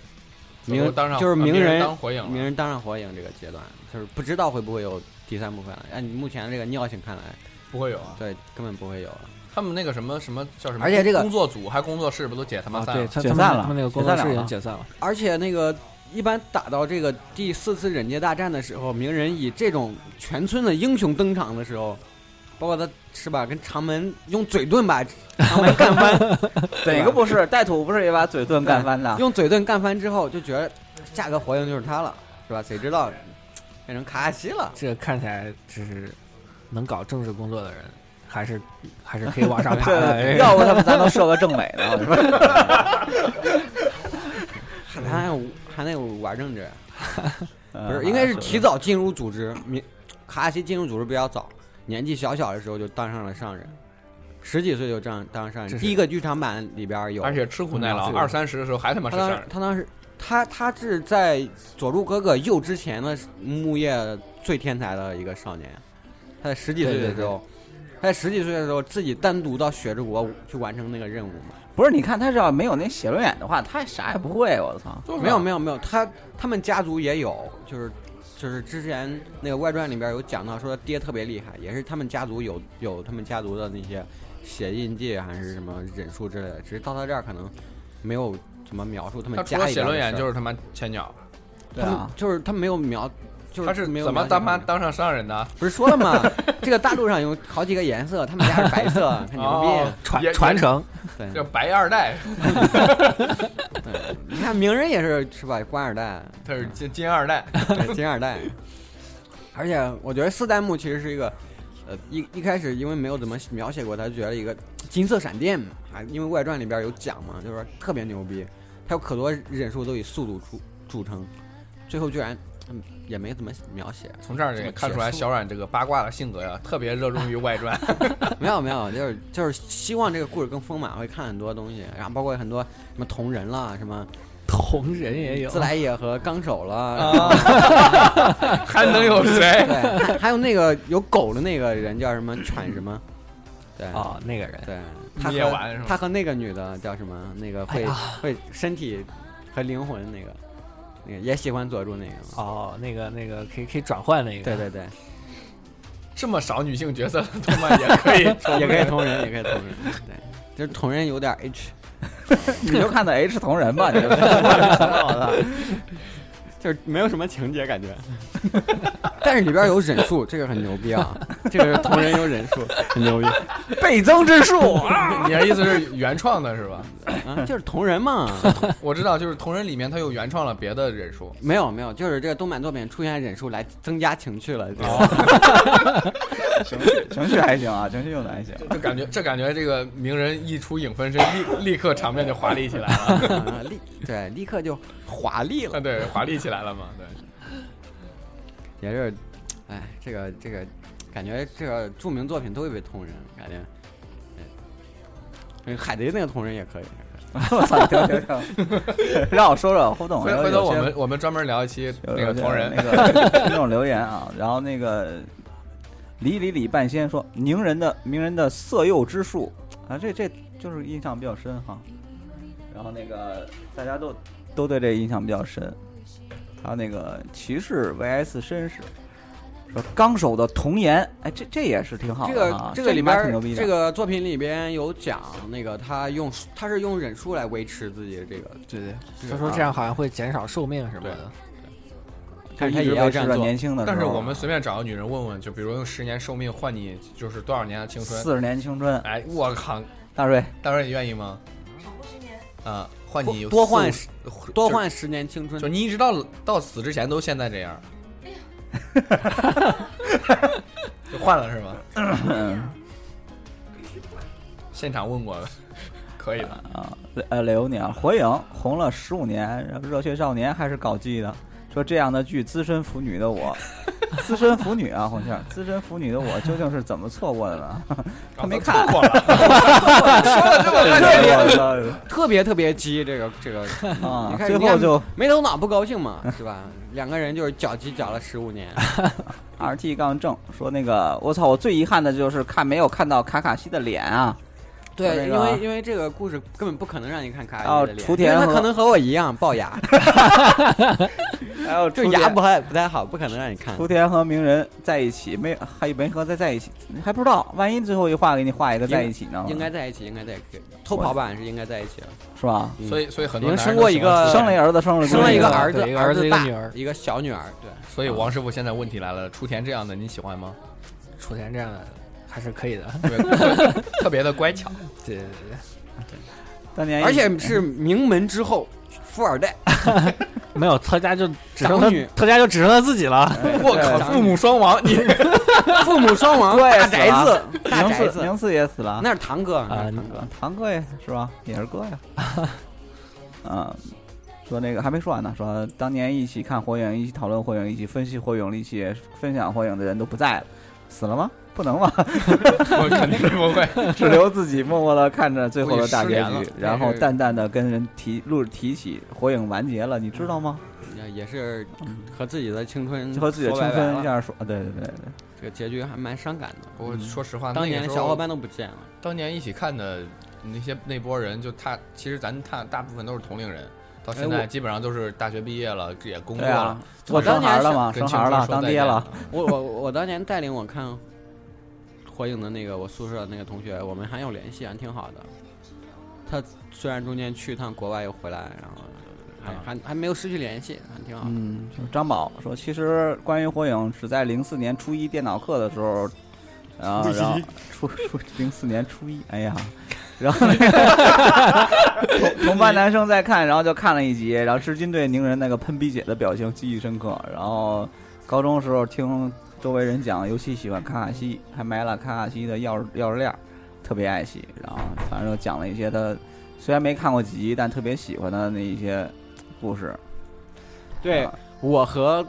佐
鸣
助当上
就是鸣
鸣
人
当火影
鸣
了，
人当上火影这个阶段，就是不知道会不会有第三部分了。按你目前这个尿性看来，
不会有啊。
对，根本不会有了。
他们那个什么什么叫什么？
而且这个
工作组还工作室不都解他妈
啊，
散
对，
了？
他
解
他们
散了
他们那个工
解
作
散
室
了
已经
啊
解散了。
而且那个一般打到这个第四次忍界大战的时候，鸣人以这种全村的英雄登场的时候，包括他是吧，跟长门用嘴遁把长门干
<laughs>
翻，
哪个不是？带土不是也把嘴遁干翻的？
用嘴遁干翻之后，就觉得下个火影就是他了，是吧？谁知道变成卡卡西了？
这看起来只是能搞政治工作的人，还是还是可以
<laughs>
往上爬
对，
的。哎
要不他们咱能设个政委呢？我说
<laughs>
还还还得玩政治，不是
嗯
应该是提早进入组织，明卡卡西进入组织比较早，年纪小小的时候就当上了上人。十几岁就当当上
这
上，
是
第一个剧场版里边有，
而且吃苦耐劳，
嗯
二三十的时候还他妈
他
是
当
事
时
儿。
他当时他他是在佐助哥哥幼之前的木叶最天才的一个少年，他在十几岁
对
的
对
时候，他在十几岁的时候自己单独到雪之国去完成那个任务嘛？
不是，你看他这要没有那写轮眼的话，他啥也不会。我操！
就是啊
没有没有没有，他他们家族也有，就是就是之前那个外传里边有讲到说爹特别厉害，也是他们家族有有他们家族的那些写印记啊还是什么忍术之类的，只是到他这儿可能没有怎么描述他
他
们
除
家
了
里
写
边的
轮眼
事儿
就是他妈前脚，
对
他
啊
们，就是他没有描，就是
他是
没有
怎么
描写
他
这
妈
个
当上商人的？
不是说了吗？ <laughs> 这个大陆上有好几个颜色，他们家是白色，
<laughs>
很牛
哦
逼。
传
也
传承，
叫
对
白二代，
对，你看名人也是是吧？官二代，
他是金金二代，
对金
<laughs>
二代。而且我觉得四代目其实是一个，呃，一一开始因为没有怎么描写过，他就觉得一个金色闪电嘛，啊，因为外传里边有讲嘛，就是说特别牛逼，他有可多忍术都以速度著著称，最后居然嗯也没怎么描写。
从这儿也看出来
这么结束
小冉这个八卦的性格呀，特别热衷于外
<laughs>
传。
没有没有，就是就是希望这个故事更丰满，会看很多东西，然后包括很多什么同人啦，什么
同人也有
自。来也和纲手啦，
啊，还能有谁？
<laughs> 对，还还有那个有狗的那个人叫什么犬什么，对
哦，那个人
对，他
灭完是
和
吗
他和那个女的叫什么？那个
哎
会
呀
会身体和灵魂那个，那个也喜欢佐助那个，
哦，那个那个可以可以转换那个，
对对对，，
这么少女性角色的动漫也可以 <laughs>
<laughs>
也可以同人，也可以同人，对，就是同人有点 H。
你就看到 H 同人
<laughs>
吧，你就 <laughs>
<laughs> 就是没有什么情节感觉， <laughs> 但是里边有忍术，这个很牛逼啊！ <laughs> 这个同人有忍 <laughs> 术，很牛逼
倍增之术啊！
你的意思是原创的是吧？
啊！就是同人嘛，
我知道，就是同人里面他又原创了别的忍术，
没有没有，就是这个动漫作品出现忍术来增加情趣了。
情绪情绪还行啊，情绪用的还
<laughs>
行。
这感觉这感觉这个鸣人一出影分身，立立刻场面就华丽起来了。 <laughs>
啊立对，立刻就华丽
啊，
了，
对，华丽起来了嘛，对。
也是，哎，这个这个，感觉这个著名作品都会被同人，感觉，嗯，海贼那个同人也可以，
我操！停停停！ <laughs> 让我说说互动。
回
有
回头我
有些
们我们专门聊一期
有
那个同人
那，个听众留言啊，然后那个李李李半仙说，宁人的名人的色诱之术啊，这这就是印象比较深哈。然后那个大家都都对这印象比较深，还有那个骑士 VS 绅士。说纲手的童颜，哎，这这也是挺好
这
的
个
啊，
这个里边
边挺
儿
牛逼的。
这个作品里边有讲那个他用他是用忍术来维持自己的这个，
<laughs> 对对，
他说这样好像会减少寿命什么的。
但是
一
他
直
也要这
维持
样
着
做。
年轻的时候。
但是我们随便找个女人问问，就比如用十年寿命换你就是多少年的青春？
四十年青春，
哎，我靠，
大瑞，
大瑞，你愿意吗？
少过十年，
啊，换你
多换
四五
多，换十年青
就
春
就。你一直到到死之前都现在这样， <laughs> 就换了是吗？现场问过了，可以了。
啊，雷呃，雷欧尼啊，火影红了十五年，热血少年还是搞基的。说这样的剧，资深腐女的我， <laughs> 资深腐女啊，红杏儿，资深腐女的我究竟是怎么错过的呢？ <laughs> 他没看
啊
<laughs>
错过了，
特别特别鸡，这个
<laughs>
这个，
啊
你，看
最
人家
后就
没头脑不高兴嘛，是吧？两个人就是搅鸡搅了十
<laughs>
五年，
R T 杠正说那个，我操，我最遗憾的就是看没有看到卡卡西的脸啊。
对，
那
因
个
为因为这个故事根本不可能让你看卡
哦
卡西的脸，
雏田
因为
和
他可能和我一样
<laughs>
龅牙，
还有
就
雏
哎牙
田
不太不太好，不可能让你看。
雏田和鸣人在一起，没还没和他在一起，还不知道，万一最后一话给你画一个在一起呢？
应该在一起，应该在一起。偷跑版是应该在一起了，
是吧？
嗯
所以所以很
已
多男
经
人
生
都
过
喜
一
欢
个，
生了一儿子，生了
呃生了一
闺
个
女
儿子，
对一个儿子一个
爸
女儿
一个小女儿，对。
所以王师傅现在问题来了，雏田这样的你喜欢吗？
楚田这样的还是可以的， <laughs>
对，特特别的乖巧。
对对对对，
当年一
而且是名门之后，富二
<laughs>
代，
没有特家就只剩
长
他
女，
特家就只剩他自己了。
<laughs>
我靠，父母双亡， <laughs> 你
父母双亡，
对
大宅
死
子，大
宁
宅
次
子，
宁次也死了，
那是堂哥，那
啊
是堂哥。
堂哥呀是吧？也是哥呀。嗯，说那个还没说完呢，说当年一起看火影，一起讨论火影，一起分析火影，一起分享火影的人都不在了，死了吗？不能吧，
我肯定不会。
只留自己默默的看着最后的大结
我已
局
失，
然后淡淡的跟人提录提起火影完结了，你知道吗？
也也是和自己的青春
就嗯和自己的
说
青
拜拜
春一
了，
下说，啊对对对对，
这个结局还蛮伤感的。
不过说实话，
当
那
年
个
的
时
小
候
伙伴都不见了，
当年一起看的那些那波人，就他其实咱大大部分都是同龄人，到现
哎
在
我
基本上都是大学毕业了，也工作
对
了
啊，，
基
我
本上
生孩儿了
啊
嘛，
跟
生
青
孩儿
春
了，
说
当
再
爹
见
了，。
<laughs> 我我我当年带领我看火影的那个我宿舍那个同学，我们还有联系，还挺好的。他虽然中间去一趟国外又回来，然后还还还没有失去联系，还挺好。
啊嗯，就是张宝说，其实关于火影，只在零四年初一电脑课的时候，啊，然后初初零四年初一，哎呀， <laughs> 然后那个同同班男生在看，然后就看了一集，然后至今对宁人那个喷鼻姐的表情记忆深刻。然后高中时候听周围人讲，尤其喜欢卡卡西，还买了卡卡西的钥匙钥匙链儿，特别爱惜。然后反正就讲了一些他虽然没看过几集，但特别喜欢的那一些故事。
对
啊
我和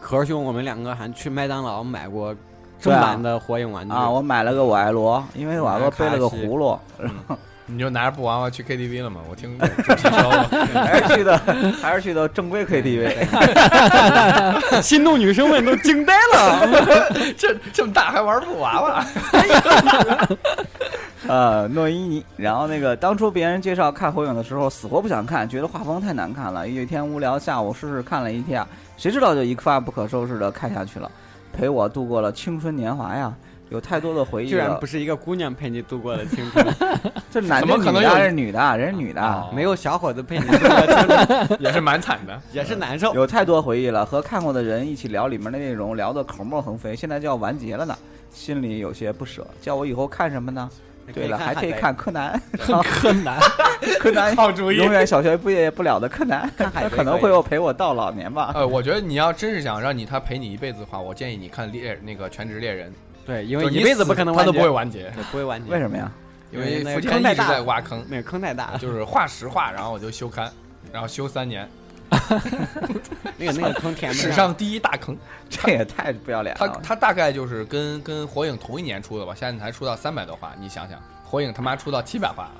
壳兄，我们两个还去麦当劳买过正
对啊
版的火影玩具
啊，我买了个我爱罗，因为我爱罗背了个葫
<laughs>
芦，
你就拿着布娃娃去 KTV 了吗？我听主席说了，
还是去的 <laughs> 还是去的正规
<laughs>
KTV，
心动女生们都惊呆了。
这这么大还玩布娃娃？
呃，诺伊尼。然后那个当初别人介绍看火影的时候，死活不想看，觉得画风太难看了。有一天无聊，下午试试看了一下，谁知道就一发不可收拾的看下去了，陪我度过了青春年华呀。有太多的回忆
<laughs> 居然
了
不，是一个姑娘陪你度过的青春，
这男的
怎么可能
女的
有
是女的，人是女的
哦，
没有小伙子陪你度过的青
<laughs>
春，
也是蛮惨的。
也是难受。
有太多回忆了。和看过的人一起聊里面的内容，聊得口沫横飞，现在就要完结了呢，心里有些不舍。叫我以后看什么呢？对了，还可以看柯南，
柯南，
柯
<laughs>
南
好主意
永远小学毕业不了的柯南，
看海
他
贼
可能会有陪我到老年吧。
呃，我觉得你要真是想让你他陪你一辈子的话，我建议你看猎那个《全职猎人》，
对，因
因
为一辈子不可能
他
完
都
结，
不会完结，
<laughs> 对不会完
<laughs>
结，
为什么呀？
因为
因为
福
坑
建一
太
直
大
在
了
挖坑，
那个坑
<laughs>
太大了，
就是画实画，然后我就修刊，然后修三年，
那个那个坑填不
史上第一大坑。
这也太不要脸
他
了！
他大概就是跟跟火影同一年出的吧，现在才出到三百多话，你想想，火影他妈出到七百话了，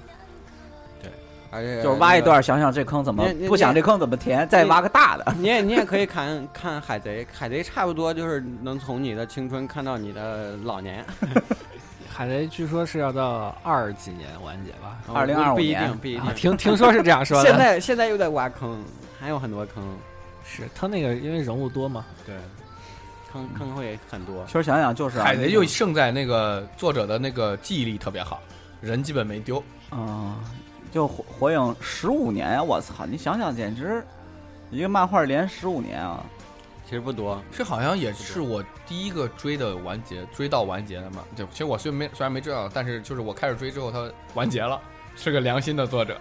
而且
就是挖一段，想想这坑怎么
你你
不想这坑怎么填，再挖个大的。
那个。你也你也可以看 <laughs> 看海贼，海贼差不多就是能从你的青春看到你的老年，
海贼据说是要到二几年完结吧？
2025
不一
年
定不一
啊，
定。
听听说是这样说的。
现在现在又在挖坑，还有很多坑，
是他那个因为人物多嘛，
对。
坑坑会很多
其。实想想就是啊
海贼就胜在那个作者的那个记忆力特别好，人基本没丢。
啊，就火火影十五年呀！我操，你想想，简直一个漫画连十五年啊！
其实不多，
这好像也是我第一个追的完结，追到完结的嘛。对，其实我虽没虽然没追到，但是就是我开始追之后，它完结了，是个良心的作者。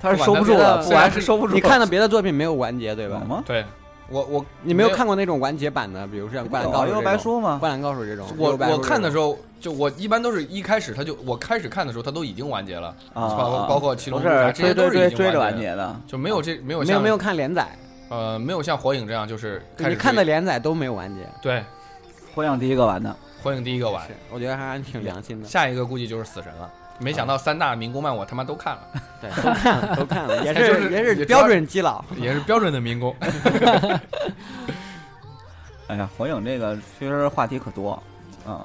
他是收不住了，不
虽然
玩
是
是收不住。
啊你看的别的作品没有完结对
有
吧？
吗？
对，我我
你没有看过那种完结版的，比如像《灌篮高手》这种
有啊幽游白书吗
灌篮高手》这种，幽
我
游白书
我看的时
这种
候，就我一般都是一开始他就我开始看的时候，他都已经完结了，
啊
包括包括七
不
龙
是
珠啥这
追
些
追
都是
追
已经
追着完
结的，
结的，
就没有这没有
没有
像
没有看连载，
呃没有像火影这样就是开
你
始
看的
追
连载都没有完结，
对
火影第一个完的，
火影第一个完
是，我觉得还挺良心的。
下一个估计就是死神了。没想到三大民工漫我他妈都看了，
对，都看了，都看了，也
就是是
也是
也
标准基佬。
也是标准的民工。
哎呀，火影这个其实话题可多，嗯，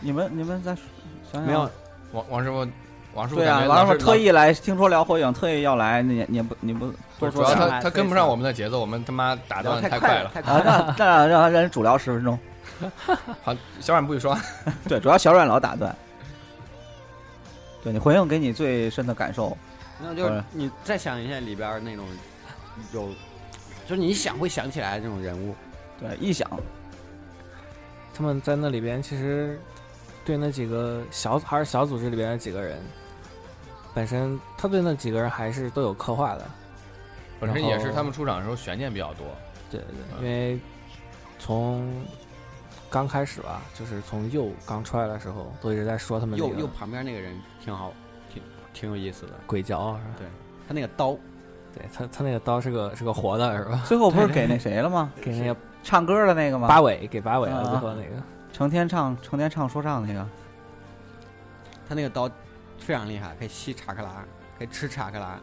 你们你们再想想
没有，
王王师傅，王师傅
对啊，
感觉
完了
老
我
是
特意来，听说聊火影，特意要来，你你不你不
不
多
是主
说
要
点
上
他
来
他跟不上我们的节奏，我们他妈打断得
太
快
了，
了。
太快
啊？
了。
那那让让人主聊十
<laughs>
分钟，
好，小冉不许说，
对，主要小软老打断。对你火影给你最深的感受，
那就是你再想一下里边儿那种有，就是你想会想起来这种人物，
对，一想
他们在那里边其实对那几个小还是小组织里边的几个人，本身他对那几个人还是都有刻画的。
本身也是
然后
他们出场的时候悬念比较多。
对对对，因为从刚开始吧，就是从右刚出来的时候，都一直在说他们那
右右
个
旁边那个人挺好，挺挺有意思的。
鬼脚啊，
对他那个刀，
对他他那个刀是个是个活的是吧？
最后不是给那谁了吗？
给那个
唱歌的那个吗？
八尾给八尾了，
啊
最后那个
成天唱成天唱说唱那个，
他那个刀非常厉害，可以吸查克拉，可以吃查克拉，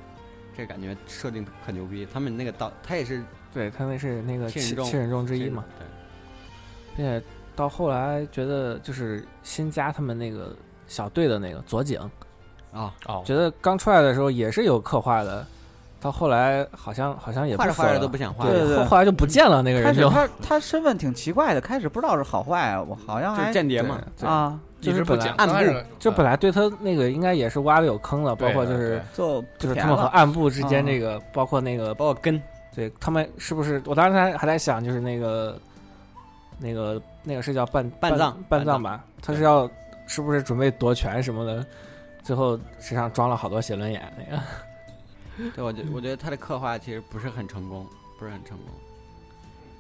这感觉设定很牛逼。他们那个刀，他也是
对他那是那个
七人
七
众
七人众之一嘛，，
对，
并且到后来觉得就是新加他们那个小队的那个佐井，
啊，
哦，
觉得刚出来的时候也是有刻画的，到后来好像好像也不
画着
说
画着
了
都不想画
对
了对对
后后来就不见了那个
开
人
始
就
他他身份挺奇怪的，开始不知道是好坏，我好像
就是
还
间谍嘛，
对对
啊，
就
一
是
直不
本来
讲，嗯
暗
刚开
部
始
就本
来
来对他那个应该也是挖的有坑了，包括就是
就
就是
甜
他们和
了
暗部之间
嗯
这个，包括那个
包括根，
对他们是不是？我当时还还在想，就是那个那个那个是叫半
半藏
半
半
藏
藏
吧？他是要是不是准备夺权什么的？最后身上装了好多写轮眼那个。
对我觉我觉得他的刻画其实不是很成功，不是很成功。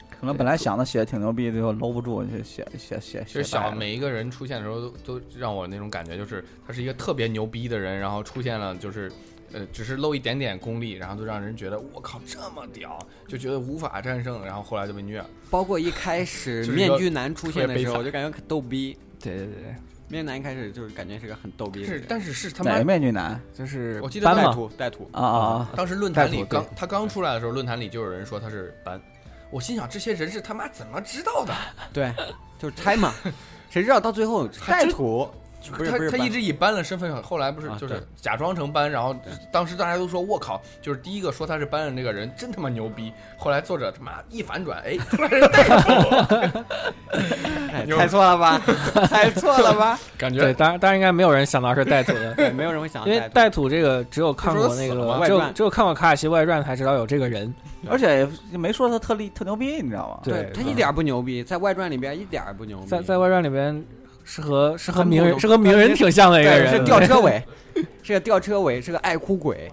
可能本来想的写挺牛逼，最后搂不住，就写写写
就是
写
小
美，
每一个人出现的时候，都都让我那种感觉，就是他是一个特别牛逼的人，然后出现了就是。呃，只是露一点点功力，然后就让人觉得我靠这么屌，就觉得无法战胜，然后后来就被虐了。
包括一开始
就是一个
面具男出现的时
特别悲
候，
惨
我就感觉很逗逼。
对对对，
面具男一开始就是感觉是个很逗逼
但
的
是
人，
但是是他
哪
妈
个面具男
就是
我记得
斑
在
带
嘛，
土带土，
啊啊啊！
当时论坛里
带土
刚他刚出来的时候，论坛里就有人说他是班，我心想这些人是他妈怎么知道的？
对，就是猜嘛，谁知道到最后
还
带
真
土 <laughs> 不是不是
他他
班
一直以班的身份，后来不是
啊
就是
对
假装成班，然后当时大家都说我靠，就是第一个说他是班的那个人真他妈牛逼，后来作者他妈一反转，哎，突然人带 <laughs> 头，
<laughs> 哎
有
猜错了吧？猜错了吧？
感
对，
觉
当然当然应该没有人想到是带土的，
<laughs> 对，没有人会想到
因为
啊带土
带土这个只有看过
就说
那
死了
个
嘛
外
只有
传啊
只有看过卡卡西外传才知道有这个人。
而且也没说他特厉特牛逼，你知道吗？
对嗯
他一点儿不牛逼，在外传里边一点儿不牛逼，
在在外传里边是和是和
很
鸣
普
人
通
是和鸣人挺像的一个
对
人，
是吊 <laughs> 车尾，是个吊车尾，是个爱哭鬼，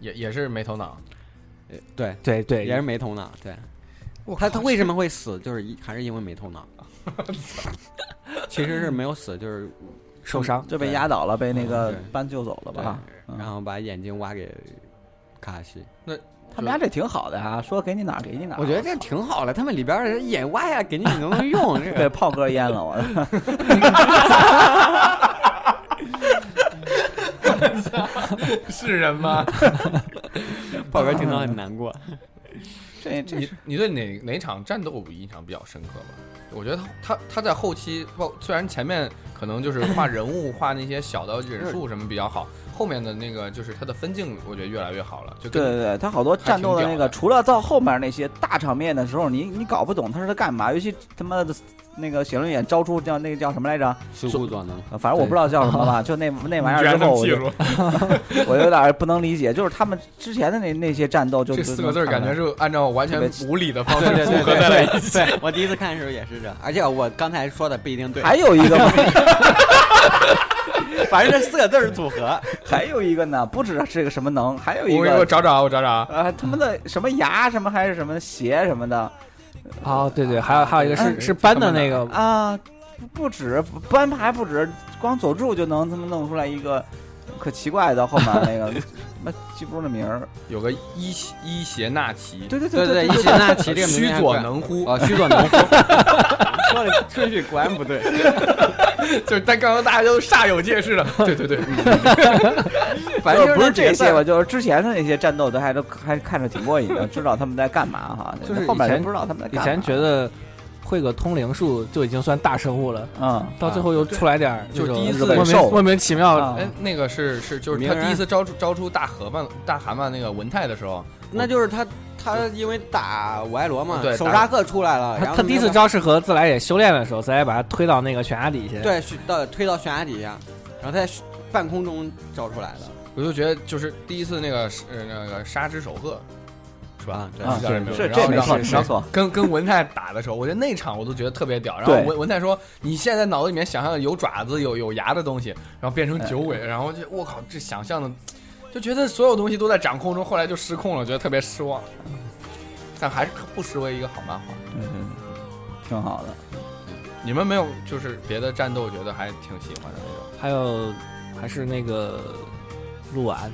也也是没头脑，
呃对，
对对
也是没头脑，对。
我
他他为什么会死？就是一还是因为没头脑，其实是没有死，就是
受伤。
就被压倒了，被那个
嗯对
班救走了
对
吧？嗯
然后把眼睛挖给卡卡西。
他们家这挺好的啊，说给你哪儿给你哪儿。啊
我觉得这挺好的，他们里边儿眼挖呀，给 <laughs> 你你都能用，这
被
个
炮哥淹了，我 <laughs>
是人吗？
宝哥 <laughs> 听到很难过。
这这
你你对哪哪场战斗印象比较深刻吗？我觉得他他他在后期，包虽然前面可能就是画人物、画那些小的忍术什么比较好，后面的那个就是他的分镜，我觉得越来越好了，就
对
跟
对对，他好多战斗的那
还挺屌
个，
的
除了到后面那些大场面的时候，你你搞不懂他是在干嘛，尤其他妈的那个写轮眼招出叫那个叫什么来着？
事故转的，
呃反正我不知道叫什么了，就那那玩意
居
儿
然
之
这
后，
么
我
记
就
住，
<laughs> 我有点不能理解，就是他们之前的那那些战斗就，
这
就
四个字儿感觉是按照完全
特别奇
无理的方式
对对
复
对
哦合在了一起。
对对，我第一次看的时候也是这，而且我刚才说的不一定对，
还有一
<laughs>
个，
反正这四个字儿组合，
还有一个呢，不止是个什么能，还有一
我给我
个
找找啊，我找找啊。
呃，他们的什么牙什么还是什么鞋什么的
哦，对对，还有还有一个是
嗯
是搬的那个，
啊，不止班牌不止，光佐助就能他妈弄出来一个可奇怪的后面那
<laughs>
个，他妈记不住那名儿。
有个伊邪伊邪那岐，
对对
<laughs> 对对，
对
一起那骑 <laughs> 这个名字
须
还
佐
怪
能乎，
哦，须佐能乎， <laughs> 说的顺序果然不 <laughs> 对，
就是但刚刚大家都煞有介事的。对对对，
反
正就
正
是
不
这
是这
些
些吧，就是之前的那些战斗都还都还看着挺过瘾的，知道他们在干嘛哈。
就是
后面
以前
就不知道他们在
以
干嘛。
前觉得会个通灵术就已经算大神物了，
嗯，
到最后又出来点儿
就
这
第一
种
次
莫
受
名莫名其妙
啊
哎，那个是是就是
鸣
他
人
第一次招出招出大河马大蛤蟆那个文泰的时候，
那就是他他因为打我爱罗嘛，
对
手
打
刹克出来了，
他
然后
他第一次
没有办法
招式和自来也修炼的时候，自来也把他推到那个悬崖底下。，
对是到推到悬崖底下，然后他在半空中招出来的，
我就觉得就是第一次那个是呃那个沙之守鹤，是吧
啊？对
叫这名字
嗯是
然后
这没
然后
错，
然
没
后
错。
跟跟文泰打的时候，我觉得那场我都觉得特别屌。然后
对
文文泰说：“你现在脑子里面想象有爪子、有有牙的东西，然后变成九尾，然后就我靠，这想象的，就觉得所有东西都在掌控中，后来就失控了，觉得特别失望。但还是不失为一个好漫画。
嗯，挺好的。
你们没有就是别的战斗，觉得还挺喜欢的那种。
还有还是那个鹿丸，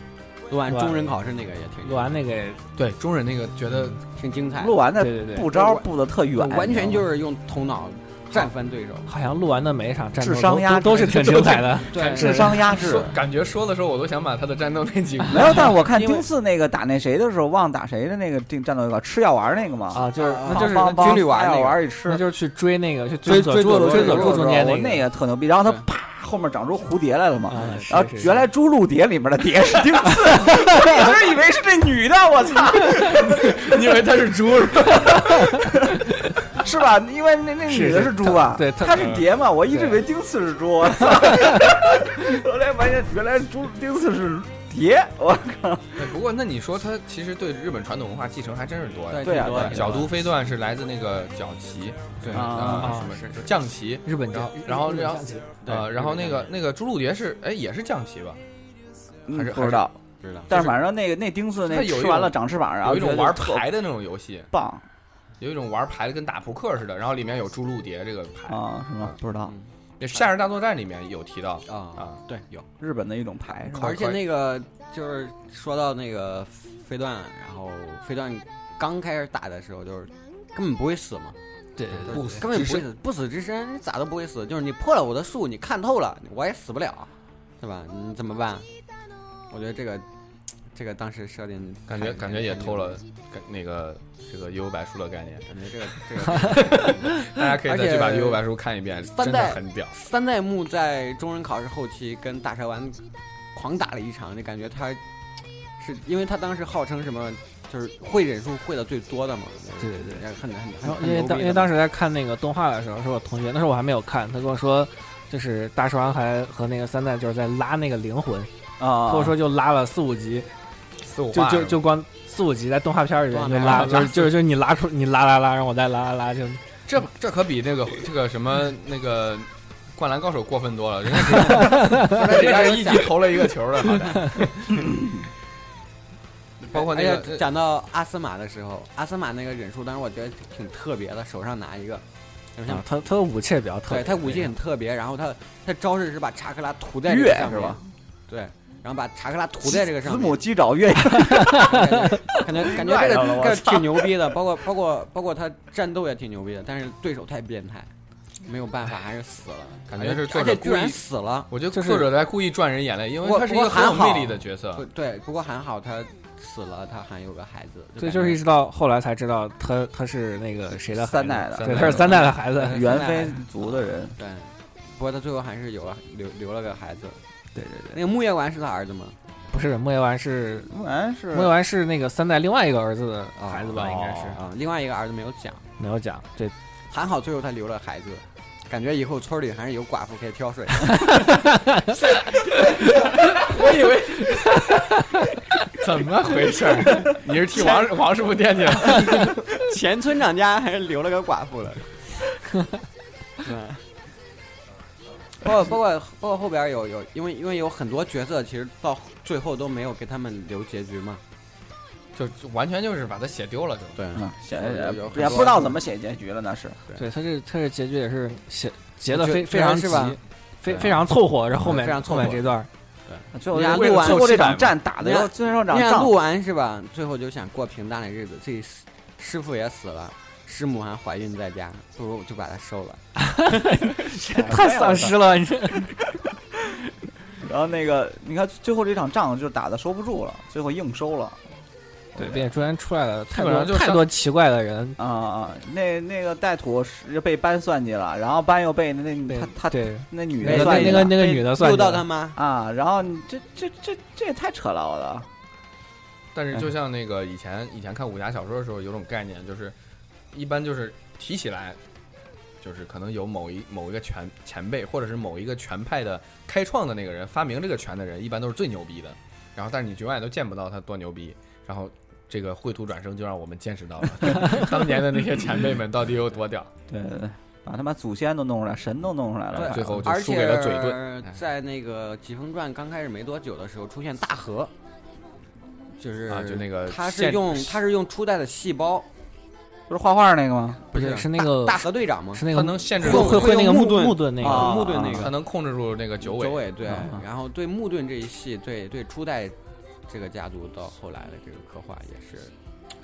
录完
对
中人考试那个也挺
鹿丸那个也
对，中忍那个觉得
挺精彩的，
录完的
对对对
步招布的特远，
完全就是是用头脑战翻对手，
好像鹿丸的每一场战斗
智商
都
压
都都是挺精彩的。
对
智商压制
说。感觉说的时候，我都想把他的战斗那几个 <laughs>
没有，但是我看
因为
丁四那个打那谁的时候，忘打谁的那个定战斗有吃药丸那个嘛，
啊，就是
啊
那就是
帮帮
军旅丸那
药
个
丸一
那
吃，
就是去追那个去
追
佐
追佐
助
助
追
佐
佐助中间
那
那个
个特牛逼，然后他
对
啪后面长出蝴蝶来了嘛，
啊，
然后
是是
原来《猪鹿蝶》里面的蝶是丁四，我一直以为是这女的，我操，
你以为他是猪 <laughs> 是吧？
是吧？因为那那女的
是
猪啊，
对她
她是蝶嘛，我一直以为丁四是猪，我操后来发现原来猪丁四是蝶，我
对哎不过那你说他其实对日本传统文化继承还真是多呀。
对啊
挺多的
角都飞段是来自那个角旗，
对
啊
啊，什么是降旗，
日本
然
叫
后然后然后
对
呃，然后那个
日
那个朱鹭蝶是哎也是降旗吧？还是
不知道，
本人知道
但是反正那个那丁四
它
那
有一
吃完
种
了长翅膀，然后
有一种
觉得
玩
特
牌的那种游戏，
棒
有一种玩牌的跟打扑克似的，然后里面有朱鹭蝶这个牌。
啊，是吗？不知道，
嗯
那《夏日大作战》里面有提到
啊，
啊，
对有，
日本的一种牌是吧？
而且那个就是说到那个飞段，然后飞段刚开始打的时候就是根本不会死嘛，
对
就是
不死
根本不
之
会死，不死之身咋都不会死，就是你破了我的术，你看透了，我也死不了，对吧？你怎么办？我觉得这个这个当时设定
感觉感觉也偷了感那个这个幽游白书的概念，
感觉这个这个
大家可以
而
再去
且
把幽游白书看一遍，
翻
真的
代
很屌。
三代目在中忍考试后期跟大蛇丸狂打了一场，就感觉他是因为他当时号称什么就是会忍术会的最多的嘛，
对对对。
也很很
然
很
后
很
因
牛
为
逼的
当因为当时在看那个动画的时候，是我同学，那时候我还没有看，他跟我说，就是大蛇丸还和那个三代就是在拉那个灵魂，
啊，
或者说就拉了四五集，
四五
就
话
就是
吧
就光四五集在动画片里面
动
就
画片
拉，
拉
就是就是就是你拉出你拉拉拉，让我再拉拉拉，就
这这可比那个这个什么那个《灌篮高手》过分多了，人 <laughs> 家只
<laughs>
人家是一集投了一个球的，好 <laughs> 歹。包括那
而且
个
哎讲到阿斯玛的时候，阿斯玛那个忍术，当时我觉得挺特别的，手上拿一个，就像、
啊他他的武器也比较特
对
别，
他武器很特别，然后他他招式是把查克拉涂在这
月
个上
是
面
吧？
对，然后把查克拉涂在这个
子
上
母
面，
鸡爪月
感觉感觉这
乱了
个
我
这个
操
挺牛逼的，包括包括包括他战斗也挺牛逼的，但是对手太变态，没有办法还是死了，
感觉是作
而
者
且
故
居
意啊
然死了，
我觉得
就是
作者在故意赚人眼泪，因为
我
他是一个
我
很有
还好
魅力的角色
不。对，不过还好他死了，他还有个孩子，
对，
感
就是
觉
一直到后来才知道他他是那个谁的孩
三
子
代的
对，他是三代的孩子，
对
猿飞族的人，
对，不过他最后还是有了留留了个孩子。
对对
那个木叶丸是他儿子吗？
不是木叶丸是
对，木兰是
木叶丸
啊
是那个三代另外一个儿子的孩子吧，
哦
应该是
啊，另外一个儿子没有讲。
没有讲，对，
还好最后他留了孩子，感觉以后村里还是有寡妇可以挑水。
我以为怎么回事儿？你是替王 <laughs> 王师傅惦记了？
前村长家还是留了个寡妇 <laughs> 了。嗯，包括包括包括后边有有，因为因为有很多角色其实到最后都没有给他们留结局嘛。
就就完全就是把他写丢了，就
对
嗯，写
有有很
也
多
不知道怎么写结局了，那是
对他这他这结局也是写结的
就
非
就
非常
是吧
急，非
对
非常凑合，然后后
对
面
非常凑
后
合
面这段
最后
人家
为
录
了
完
最后这
后
场
期
战打的
人家
要最后这
那
场
样
仗
录完是吧？最后就想过平淡的日子，自己师师傅也死了，师母还怀孕在家，不如我就把她收了。
太丧尸了，你这
然后那个，你看最后这场仗就打的收不住了，最后硬收了。
对，并且中间出来了太
基本
多
上就
太
上
多奇怪的人，
啊啊！那那个带土是被班算计了，然后班又被那那
对
他他
对
那女
那
的
个
算
那
计
那
了
个那个女的算
录
计
到
了
他妈，
啊，然后你这这这这也太扯了，我的
但是就像那个以前以前看武侠小说的时候，有种概念就是，一般就是提起来，就是可能有某一某一个拳前辈，或者是某一个拳派的开创的那个人，发明这个拳的人，一般都是最牛逼的。然后，但是你永远都见不到他多牛逼。然后，这个绘图转生就让我们见识到了当年的那些前辈们到底有多屌。
对对对，把他妈祖先都弄出来，神都弄出来了，
对最后就
而
输
且
给了嘴遁哎
在那个《疾风传》刚开始没多久的时候，出现大河，就是
啊就那
呃
个
他是
现
用他是用初代的细胞，
不是画画那个吗？
不是
是
是那个
大河队长吗？
是那
他
个
能限制
会
住，
会会那个
会用
木
木盾
木盾那个
啊
木盾那
他
个
能控制住那个九尾。
九尾对
嗯
啊，
然后对木盾这一系对对初代这个家族到后来的这个刻画也是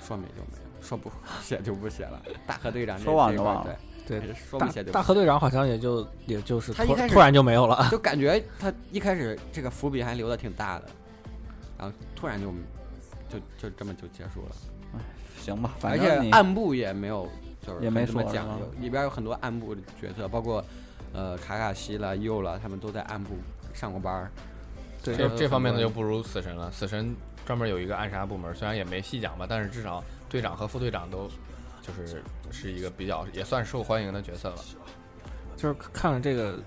说没就没有，说不 <laughs> 写就不写了。大河队长这
说忘
这
就
块儿
忘了
对
对。
说
大
不写就
大
不
河队长好像也就也就是
他
突
一开始
突然就没有了，
就感觉他一开始这个伏笔还留的挺大的，然后突然就就就这么就结束了，
行吧，
而
反
且
正你
暗部也没有就是
也没
很怎么
说
讲
是吧
究，里边有很多暗部的角色，包括呃卡卡西了、佑了，他们都在暗部上过班儿。
对
这这方面呢
的
就不如死神了。死神专门有一个暗杀部门，虽然也没细讲吧，但是至少队长和副队长都就是是一个比较也算受欢迎的角
<laughs>
色了。
就是看了这个，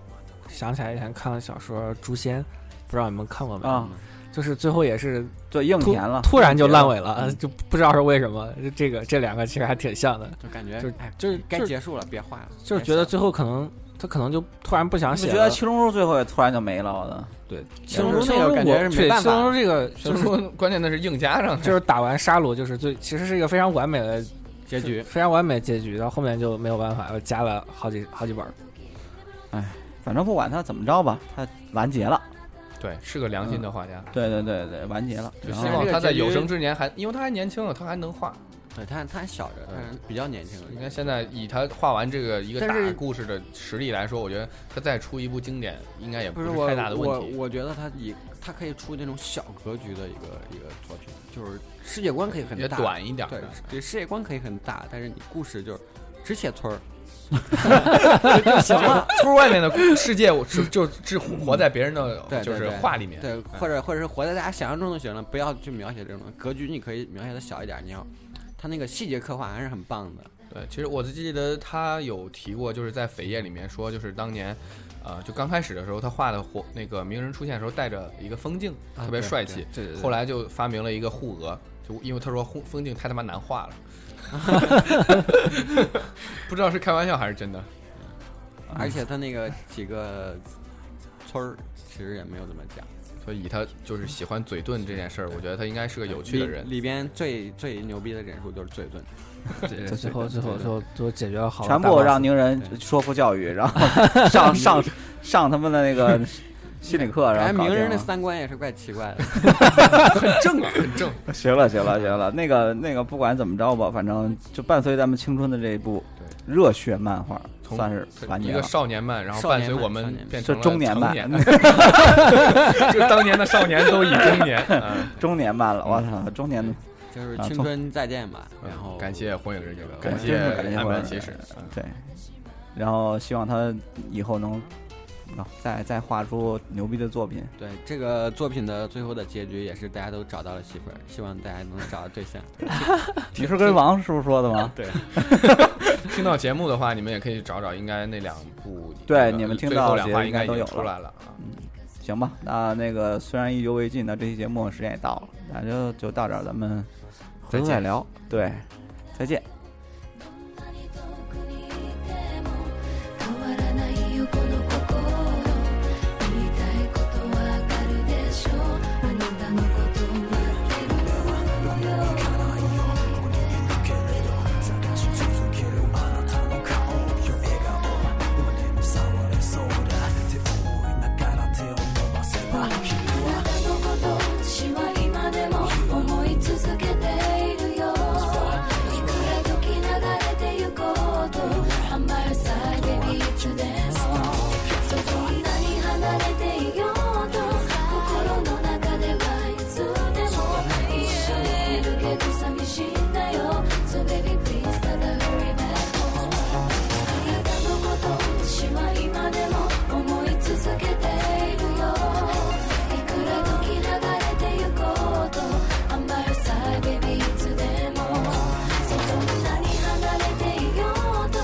想起来以前看了小说《诛仙》，不知道你们看过没？
啊，
就是最后也是
就硬
突
填了，
突然就烂尾了，
嗯
就不知道是为什么。这个这两个其实还挺像的，
就感觉
就
哎
就是
该
就是
结束了，别画了，
就是
该
觉得
写
最后可能他可能就突然不想
你不
写
觉得
了。
七龙珠最后也突然就没了，我的
对，
七龙珠那个感觉是没
对
办
七
法
龙珠这个
所
就
以
是 <laughs>
说，关键的是硬加上的，
就是打完杀戮就是最其实是一个非常完美的
了结局。
非常完美结局，到后面就没有办法，又加了好几好几本儿。
反正不管他怎么着吧，他完结了。
对，是个良心的画家。
对对对对，完结了。
就
然
希
后
望
嗯这个
他在
结局
有生之年还，因为他还年轻了，他还能画。
对他他小着，他是比较年轻的。
你看现在以他画完这个一个
但
大
是
故事的实力来说，我觉得他再出一部经典，应该也
不
是
我
太大的
我
问题。
我觉得他以他可以出那种小格局的一个一个作品，就是世界观可以很
也
大，
短一点儿
对
的，
对，世界观可以很大，但是你故事就是只写村儿，就行了。
<laughs> 就是外面的世界，我是就只活在别人
对
的
对
就是
对
画里面。
对，或者或者是活在大家想象中就行了，不要去描写这种格局，你可以描写的小一点。你要他那个细节刻画还是很棒的。
对，其实我记得他有提过，就是在扉页里面说，就是当年，呃，就刚开始的时候，他画的火那个鸣人出现的时候，带着一个风镜，
啊
特别
对
帅气。
对对对
后来就发明了一个护额，就因为他说护风镜太他妈难画
<laughs>
了，不知道是开玩笑还是真的。嗯
而且他那个几个村儿其实也没有怎么讲。
所以他就是喜欢嘴遁这件事儿，我觉得他应该是个有趣的人。
里里边最最牛逼的忍术就是嘴遁，
对
就最后最后最后最后解决了好多
全
大
部
boss
让宁人说服教育，然后上上上他们的那个心理课，然
哎，
后搞
鸣人
啊
定
的
了。
三观也是怪奇怪的。
很正啊，很
<laughs>
正。
<laughs> 行了，行了，行了，那个那个，不管怎么着吧，反正就伴随咱们青春的这一部热血漫画，
从
算是完
一
结
个
了。
少年漫，然后
少
伴
年
随
漫
我
少
们
年漫
变
是
成了
中年
成
漫
年，
<laughs>
就当年的 <laughs> 少年都已中年。嗯
中年漫了，我操，中年
就是
啊
青
从
春再见吧。然后
嗯感谢《火影忍者》，
对
感
真是感
《暗
谢火
<laughs>
影
门
忍
骑
者
士》嗯。
对，然后希望他以后能然后再再画出牛逼的作品。
对这个作品的最后的结局也是大家都找到了媳妇儿，希望大家能找到对象。
你是跟王师傅说的吗？
对，
<laughs> 听到节目的话，你们也可以找找，应该那两部
对
那个
你们听
最后
到
两
节
话
目
应
应该
该已
都
经
有
出
了
来了啊。
行吧，那那个虽然意犹未尽，那这期节目时间也到了，那就就到这儿，咱们回头再聊。对，再见。
「どんなに遠くにいても変わらないよこの心」「言いたいことわかるでしょ」「あなたのこと待ってるのよ」「あなたのこと私は今でも思い続けているよ」「いくら時流れてゆこうと」「I'm by your side baby it's dance」「そこんなに離れていようと」「心の中ではいつでも一緒にいるけど寂しいんだよ」「So baby please ただ hurry back home」「あなたのこと私は今でも思い続けているよ」「いくら時流れてゆこうと」「I'm by your side baby いつでも」「そんなに離れていようと」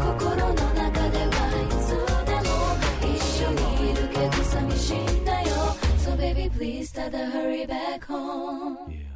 「心の中ではいつでも一緒にいるけど寂しいんだよ」「So baby please ただ hurry back home」
Yeah.